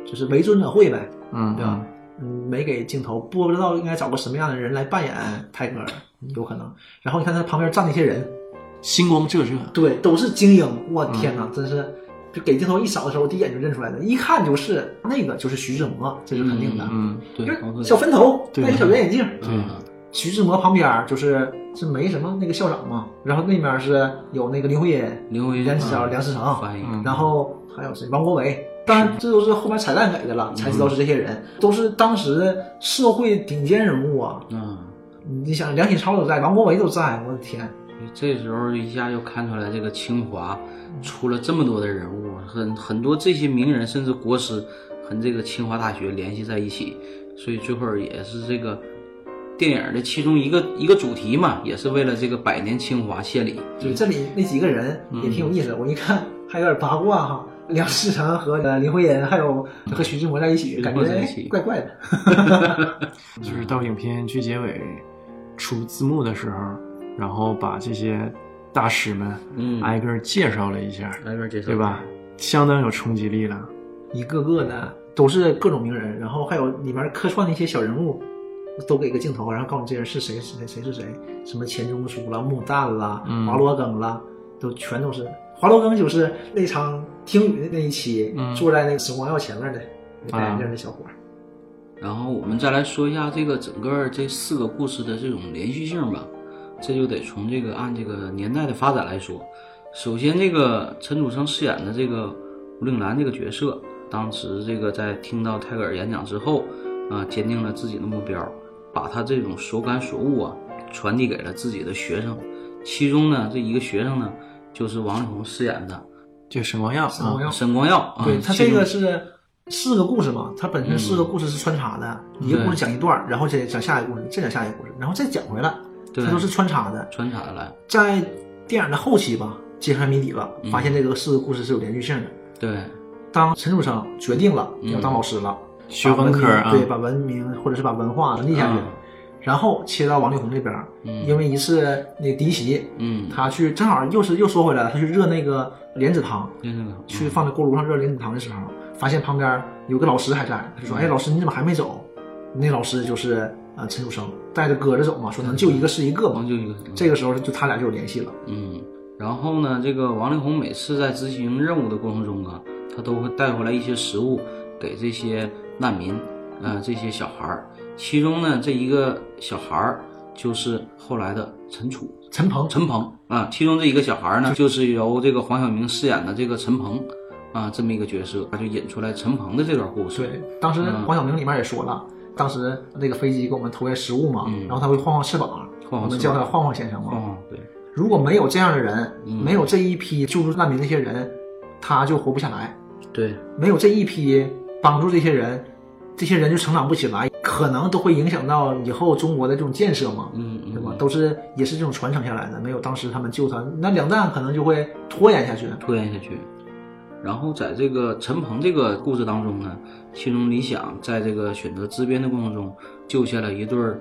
Speaker 4: 就是为尊者讳呗，
Speaker 2: 嗯
Speaker 4: 对吧？嗯，没给镜头，不知道应该找个什么样的人来扮演泰戈尔，有可能。然后你看他旁边站那些人，
Speaker 2: 星光射射，
Speaker 4: 对，都是精英。我天
Speaker 2: 嗯
Speaker 4: 哪，真是！就给镜头一扫的时候，我第一眼就认出来的，一看就是那个，就是徐志摩，这是肯定的。
Speaker 2: 嗯，
Speaker 3: 对
Speaker 4: 就，
Speaker 3: 包括
Speaker 4: 是小分头，
Speaker 2: 对
Speaker 4: 戴个小圆眼镜。
Speaker 3: 嗯
Speaker 4: 徐志摩旁边就是是没什么那个校长嘛，然后那边是有那个林徽因、
Speaker 3: 林徽因
Speaker 4: 梁启超、梁思成，
Speaker 3: 翻译，
Speaker 2: 嗯
Speaker 4: 然后还有谁？王国维。当然，这都是后面彩蛋给的了，才知道是这些人，都是当时社会顶尖人物啊！
Speaker 3: 嗯，
Speaker 4: 你想，梁启超都在，王国维都在，我的天！
Speaker 3: 所以嗯这时候一下就看出来，这个清华出了这么多的人物，很很多这些名人甚至国师，和这个清华大学联系在一起，所以最后也是这个电影的其中一个一个主题嘛，也是为了这个百年清华献礼。
Speaker 4: 就这
Speaker 3: 嗯
Speaker 4: 里那几个人也挺有意思，我一看还有点八卦哈。梁思成和呃林徽因，还有和徐志摩在一起，
Speaker 3: 嗯
Speaker 4: 感觉
Speaker 3: 徐志摩在一
Speaker 4: 哎
Speaker 3: 起
Speaker 4: 怪怪的。
Speaker 2: 就是到影片剧结尾出字幕的时候，然后把这些大师们
Speaker 3: 嗯，
Speaker 2: 挨个儿介绍了一下，
Speaker 3: 挨个介绍
Speaker 2: 对吧？？相当有冲击力了。
Speaker 4: 一个个的都是各种名人，然后还有里面客串的一些小人物，都给个镜头，然后告诉你这人是谁是谁谁是谁，什么钱钟书啦、穆旦啦、
Speaker 2: 嗯
Speaker 4: 华罗庚啦，都全都是。华罗庚就是那场听雨的那一期，
Speaker 2: 嗯
Speaker 4: 坐在那个时光药前面的那戴眼镜
Speaker 2: 啊
Speaker 4: 的小伙儿。
Speaker 3: 然后我们再来说一下这个整个这四个故事的这种连续性吧，这就得从这个按这个年代的发展来说。首先，这个陈楚生饰演的这个吴令兰这个角色，当时这个在听到泰戈尔演讲之后，啊，坚定了自己的目标，把他这种所感所悟啊，传递给了自己的学生。其中呢，这一个学生呢，就是王力宏饰演的
Speaker 2: 这个沈光耀
Speaker 4: 沈光耀
Speaker 2: 啊，
Speaker 3: 沈光耀啊。
Speaker 4: 嗯对他
Speaker 3: 其
Speaker 4: 这
Speaker 3: 中
Speaker 4: 个是四个故事嘛，他本身四个故事是穿插的，一个故事讲一段儿，然后再讲下一个故事，再讲下一个故事，然后再讲回来，
Speaker 3: 对
Speaker 4: 它都是穿插的。
Speaker 3: 穿插来，
Speaker 4: 在电影的后期吧，揭开谜底了，
Speaker 3: 嗯
Speaker 4: 发现这个四个故事是有连续性的。
Speaker 3: 对，
Speaker 4: 当陈楚生决定了
Speaker 3: 嗯
Speaker 4: 要当老师了，
Speaker 2: 学文科
Speaker 4: 把
Speaker 2: 啊
Speaker 4: 文明对，把文明或者是把文化传递下去，
Speaker 3: 嗯
Speaker 4: 然后切到王力宏这边，
Speaker 3: 嗯
Speaker 4: 因为一次那个敌袭，
Speaker 3: 嗯，
Speaker 4: 他去正好又是又说回来了，他去热那个莲子汤，
Speaker 3: 就是那个
Speaker 4: 去放在锅炉上热莲子汤的时候，发现旁边有个老师还在，
Speaker 3: 嗯
Speaker 4: 他就说：“哎，老师你怎么还没走？”那老师就是呃陈楚生带着鸽子走嘛，说能救一个是一个嘛
Speaker 3: 王。就一个
Speaker 4: 这个时候就他俩就有联系了。
Speaker 3: 嗯，然后呢，这个王力宏每次在执行任务的过程中啊，他都会带回来一些食物给这些难民，呃，这些小孩儿。其中呢，这一个小孩儿就是后来的陈楚、
Speaker 4: 陈鹏，
Speaker 3: 陈鹏啊。其中这一个小孩儿呢，就是由这个黄晓明饰演的这个陈鹏啊，这么一个角色，他就引出来陈鹏的这段故事。
Speaker 4: 对，当时
Speaker 3: 嗯
Speaker 4: 黄晓明里面也说了，当时那个飞机给我们投喂食物嘛，
Speaker 3: 嗯
Speaker 4: 然后他会晃晃翅膀，
Speaker 3: 晃
Speaker 4: 我
Speaker 3: 晃
Speaker 4: 们
Speaker 3: 翅
Speaker 4: 叫
Speaker 3: 膀
Speaker 4: 他晃晃先生嘛。
Speaker 3: 哦，对，
Speaker 4: 如果没有这样的人，
Speaker 3: 嗯
Speaker 4: 没有这一批救助难民那些人，他就活不下来；
Speaker 3: 对，
Speaker 4: 没有这一批帮助这些人，这些人就成长不起来，可能都会影响到以后中国的这种建设嘛。
Speaker 3: 嗯嗯，
Speaker 4: 对吧？都是也是这种传承下来的，没有当时他们救他，那两弹可能就会拖延下去。
Speaker 3: 拖延下去。然后在这个陈鹏这个故事当中呢，其中李想在这个选择支边的过程中，救下了一对儿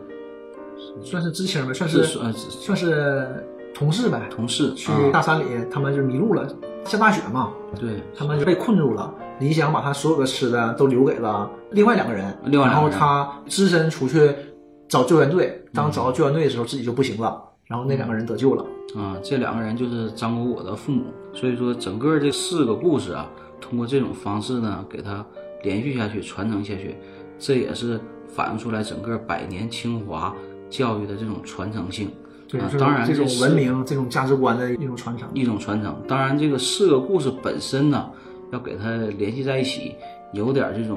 Speaker 4: 算是知青呗，算
Speaker 3: 是
Speaker 4: 是
Speaker 3: 呃
Speaker 4: 算是同事呗，
Speaker 3: 同事
Speaker 4: 去
Speaker 3: 啊
Speaker 4: 大山里，他们就迷路了，下大雪嘛，
Speaker 3: 对，
Speaker 4: 他们就被困住了。李想把他所有的吃的都留给了另外两个人，
Speaker 3: 另外
Speaker 4: 然
Speaker 3: 两个
Speaker 4: 后
Speaker 3: 人
Speaker 4: 他只身出去找救援队。当找到救援队的时候，自己就不行了，然后那两个人得救了。
Speaker 3: 啊，这两个人就是张果果的父母，所以说整个这四个故事啊，通过这种方式呢，给它连续下去、传承下去，这也是反映出来整个百年清华教育的这种传承性。
Speaker 4: 对，
Speaker 3: 啊
Speaker 4: 就是
Speaker 3: 当然
Speaker 4: 这种
Speaker 3: 是嗯
Speaker 4: 文明、这种价值观的一种传承。
Speaker 3: 一种传承。当然，这个四个故事本身呢，要给它联系在一起，有点这种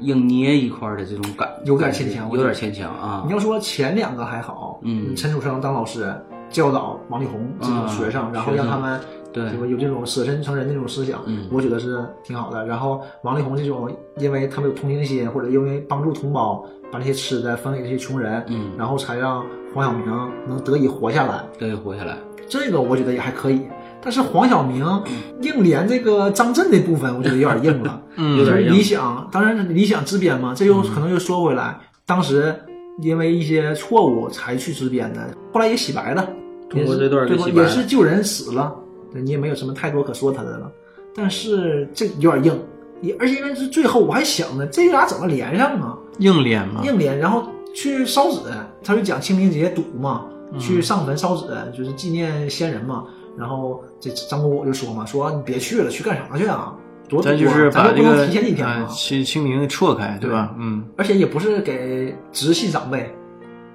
Speaker 3: 硬捏一块儿的这种感，
Speaker 4: 有点牵强我
Speaker 3: 有
Speaker 4: 觉得
Speaker 3: 点牵强啊
Speaker 4: 你。要说前两个还好，
Speaker 3: 嗯
Speaker 4: 陈楚生当老师教导王力宏这种学生，
Speaker 3: 啊
Speaker 4: 然后
Speaker 3: 学
Speaker 4: 让
Speaker 3: 生
Speaker 4: 他们
Speaker 3: 对
Speaker 4: 什么有这种舍身成人那种思想，
Speaker 3: 嗯
Speaker 4: 我觉得是挺好的。然后王力宏这种，因为他们有同情心，或者因为帮助同胞，把那些吃的分给这些穷人，
Speaker 3: 嗯
Speaker 4: 然后才让黄晓明能得以活下来，
Speaker 3: 对，活下来，
Speaker 4: 这个我觉得也还可以。但是黄晓明
Speaker 3: 嗯
Speaker 4: 硬连这个张震的部分，我觉得有点硬了。
Speaker 2: 嗯
Speaker 3: 有
Speaker 4: 就
Speaker 3: 点
Speaker 4: 是
Speaker 3: 硬嗯
Speaker 4: 理想，当然理想支边嘛，这又可能又说回来，当时因为一些错误才去支边的，后来也洗白了，
Speaker 3: 通过这段儿
Speaker 4: 对
Speaker 3: 给
Speaker 4: 吧？
Speaker 3: 洗白了
Speaker 4: 也是救人死了，对你也没有什么太多可说他的了。但是这有点硬，也而且因为是最后我还想呢，这俩怎么连上啊？
Speaker 2: 硬脸嘛，
Speaker 4: 硬连，然后去烧纸，他就讲清明节堵嘛，
Speaker 2: 嗯
Speaker 4: 去上坟烧纸，就是纪念先人嘛。然后这张果果就说嘛，说你别去了，去干啥去啊？多堵啊
Speaker 2: 咱就是
Speaker 4: 咱
Speaker 2: 把
Speaker 4: 又
Speaker 2: 这
Speaker 4: 不能
Speaker 2: 个
Speaker 4: 提前一天啊
Speaker 2: 呃
Speaker 4: 嘛。
Speaker 2: 清清明错开，对吧？嗯，
Speaker 4: 而且也不是给直系长辈，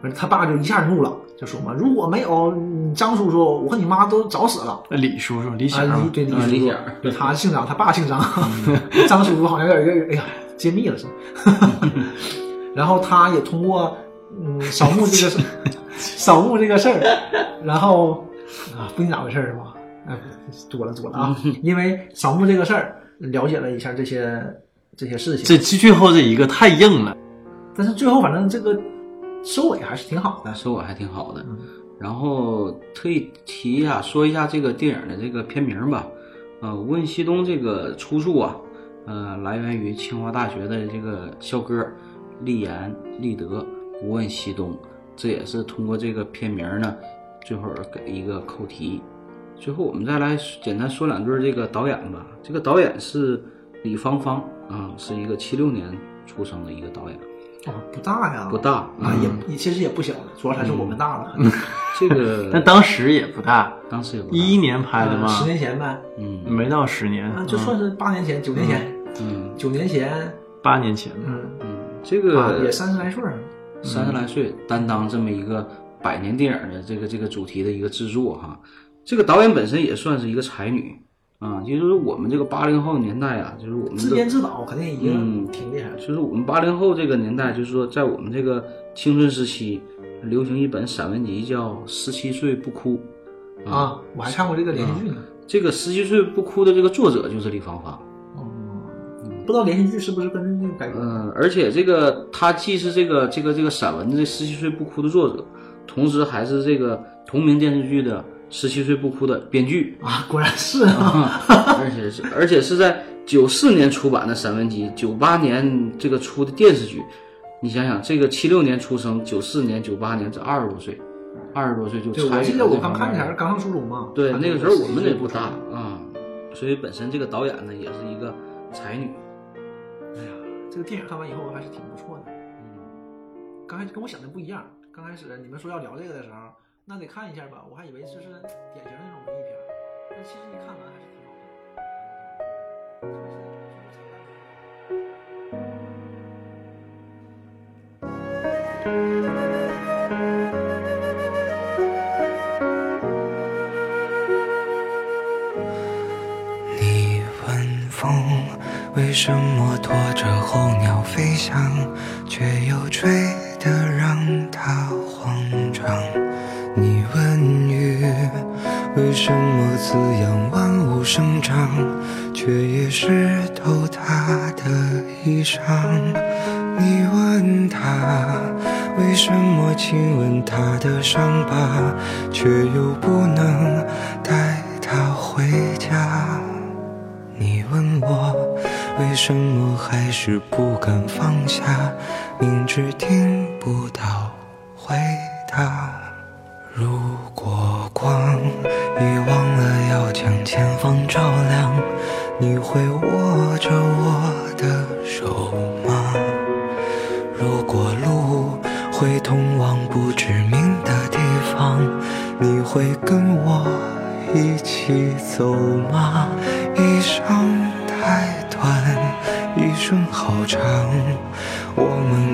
Speaker 4: 而他爸就一下怒了，就说嘛，如果没有嗯张叔叔，我和你妈都早死了。
Speaker 2: 那李叔叔李
Speaker 4: 啊
Speaker 2: 想，嘛
Speaker 4: 李对
Speaker 3: 啊理嗯
Speaker 4: 李叔
Speaker 3: 解
Speaker 4: 叔，对他姓张，他爸姓张， 张叔叔好像有点有点，哎呀，揭秘了是吧？ 然后他也通过嗯扫墓这个事扫墓这个事儿，然后啊不知咋回事儿是吧？哎，多了多了啊，
Speaker 3: 嗯
Speaker 4: 因为扫墓这个事儿了解了一下这些这些事情，
Speaker 2: 这最最后这一个太硬了，
Speaker 4: 但是最后反正这个收尾还是挺好的
Speaker 3: 但。收尾还挺好的。
Speaker 2: 嗯
Speaker 3: 然后特意提一下，说一下这个电影的这个片名吧。呃，问西东这个出处啊，呃，来源于清华大学的这个校歌“立言立德，不问西东”，这也是通过这个片名呢，最后给一个扣题。最后我们再来简单说两句这个导演吧。这个导演是李芳芳啊、是一个七六年出生的一个导演，
Speaker 4: 哦，不大呀，
Speaker 3: 不大
Speaker 4: 啊，也
Speaker 3: 嗯
Speaker 4: 也其实也不小了，主要还是我们大了，
Speaker 3: 这 个
Speaker 2: 但当时也不大，
Speaker 3: 当时也不大
Speaker 2: 一一，年拍的
Speaker 4: 嗯
Speaker 2: 嘛，
Speaker 4: 十年前呗，
Speaker 3: 嗯
Speaker 2: 没到十年，嗯
Speaker 4: 啊，就算是八年前、九年前、
Speaker 3: 嗯
Speaker 4: 九年前，
Speaker 2: 八年前。
Speaker 4: 嗯，
Speaker 3: 嗯，这
Speaker 4: 啊
Speaker 3: 个
Speaker 4: 也三十来岁儿，
Speaker 3: 三十来岁担当这么一个百年电影的这个这个主题的一个制作哈。这个导演本身也算是一个才女啊，也就是我们这个八零后年代啊，就是我们
Speaker 4: 自
Speaker 3: 的
Speaker 4: 编自导肯定已
Speaker 3: 嗯
Speaker 4: 经挺厉害了。
Speaker 3: 就是我们八零后这个年代，就是说在我们这个青春时期，流行一本散文集叫《十七岁不哭》嗯
Speaker 4: 啊，我还看过这个连续剧呢，
Speaker 3: 这个《十七岁不哭》的这个作者就是李芳芳。
Speaker 4: 嗯，不知道连续剧是不是跟那个改编？
Speaker 3: 嗯，而且这个他既是这个这个这个散文的《这十七岁不哭》的作者，同时还是这个同名电视剧的《十七岁不哭》的编剧，
Speaker 4: 啊，果然是啊，
Speaker 3: 而且是而且是在九四年出版的散文集，九八年这个出的电视剧。你想想，这个七六年出生，九四年、九八年，这二十多岁，二十多岁就
Speaker 4: 对，我
Speaker 3: 参与
Speaker 4: 记
Speaker 3: 了
Speaker 4: 得我
Speaker 3: 这
Speaker 4: 刚
Speaker 3: 方
Speaker 4: 看
Speaker 3: 面
Speaker 4: 前
Speaker 3: 的
Speaker 4: 刚上初中嘛，
Speaker 3: 对，
Speaker 4: 看
Speaker 3: 那个时
Speaker 4: 这
Speaker 3: 候我们
Speaker 4: 实
Speaker 3: 也
Speaker 4: 习
Speaker 3: 不大
Speaker 4: 剧
Speaker 3: 啊、所以本身这个导演呢也是一个才女。
Speaker 4: 这个电影看完以后还是挺不错的。刚开始跟我想的不一样，刚开始你们说要聊这个的时候，那得看一下吧，我还以为就是典型的那种文艺片儿，但其实一看完还是挺好的。
Speaker 5: 你问风为什么拖着候鸟飞翔，却又追得让它慌张？你问雨为什么滋养万物生长，却也湿透它的衣裳？你问他为什么亲吻他的伤疤，却又不能带他回家？你问我为什么还是不敢放下，明知听不到回答。如果光已忘了要将前方照亮，你会握着我的手吗？如果路会通往不知名的地方，你会跟我一起走吗？一生太短，一生好长，我们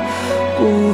Speaker 5: 不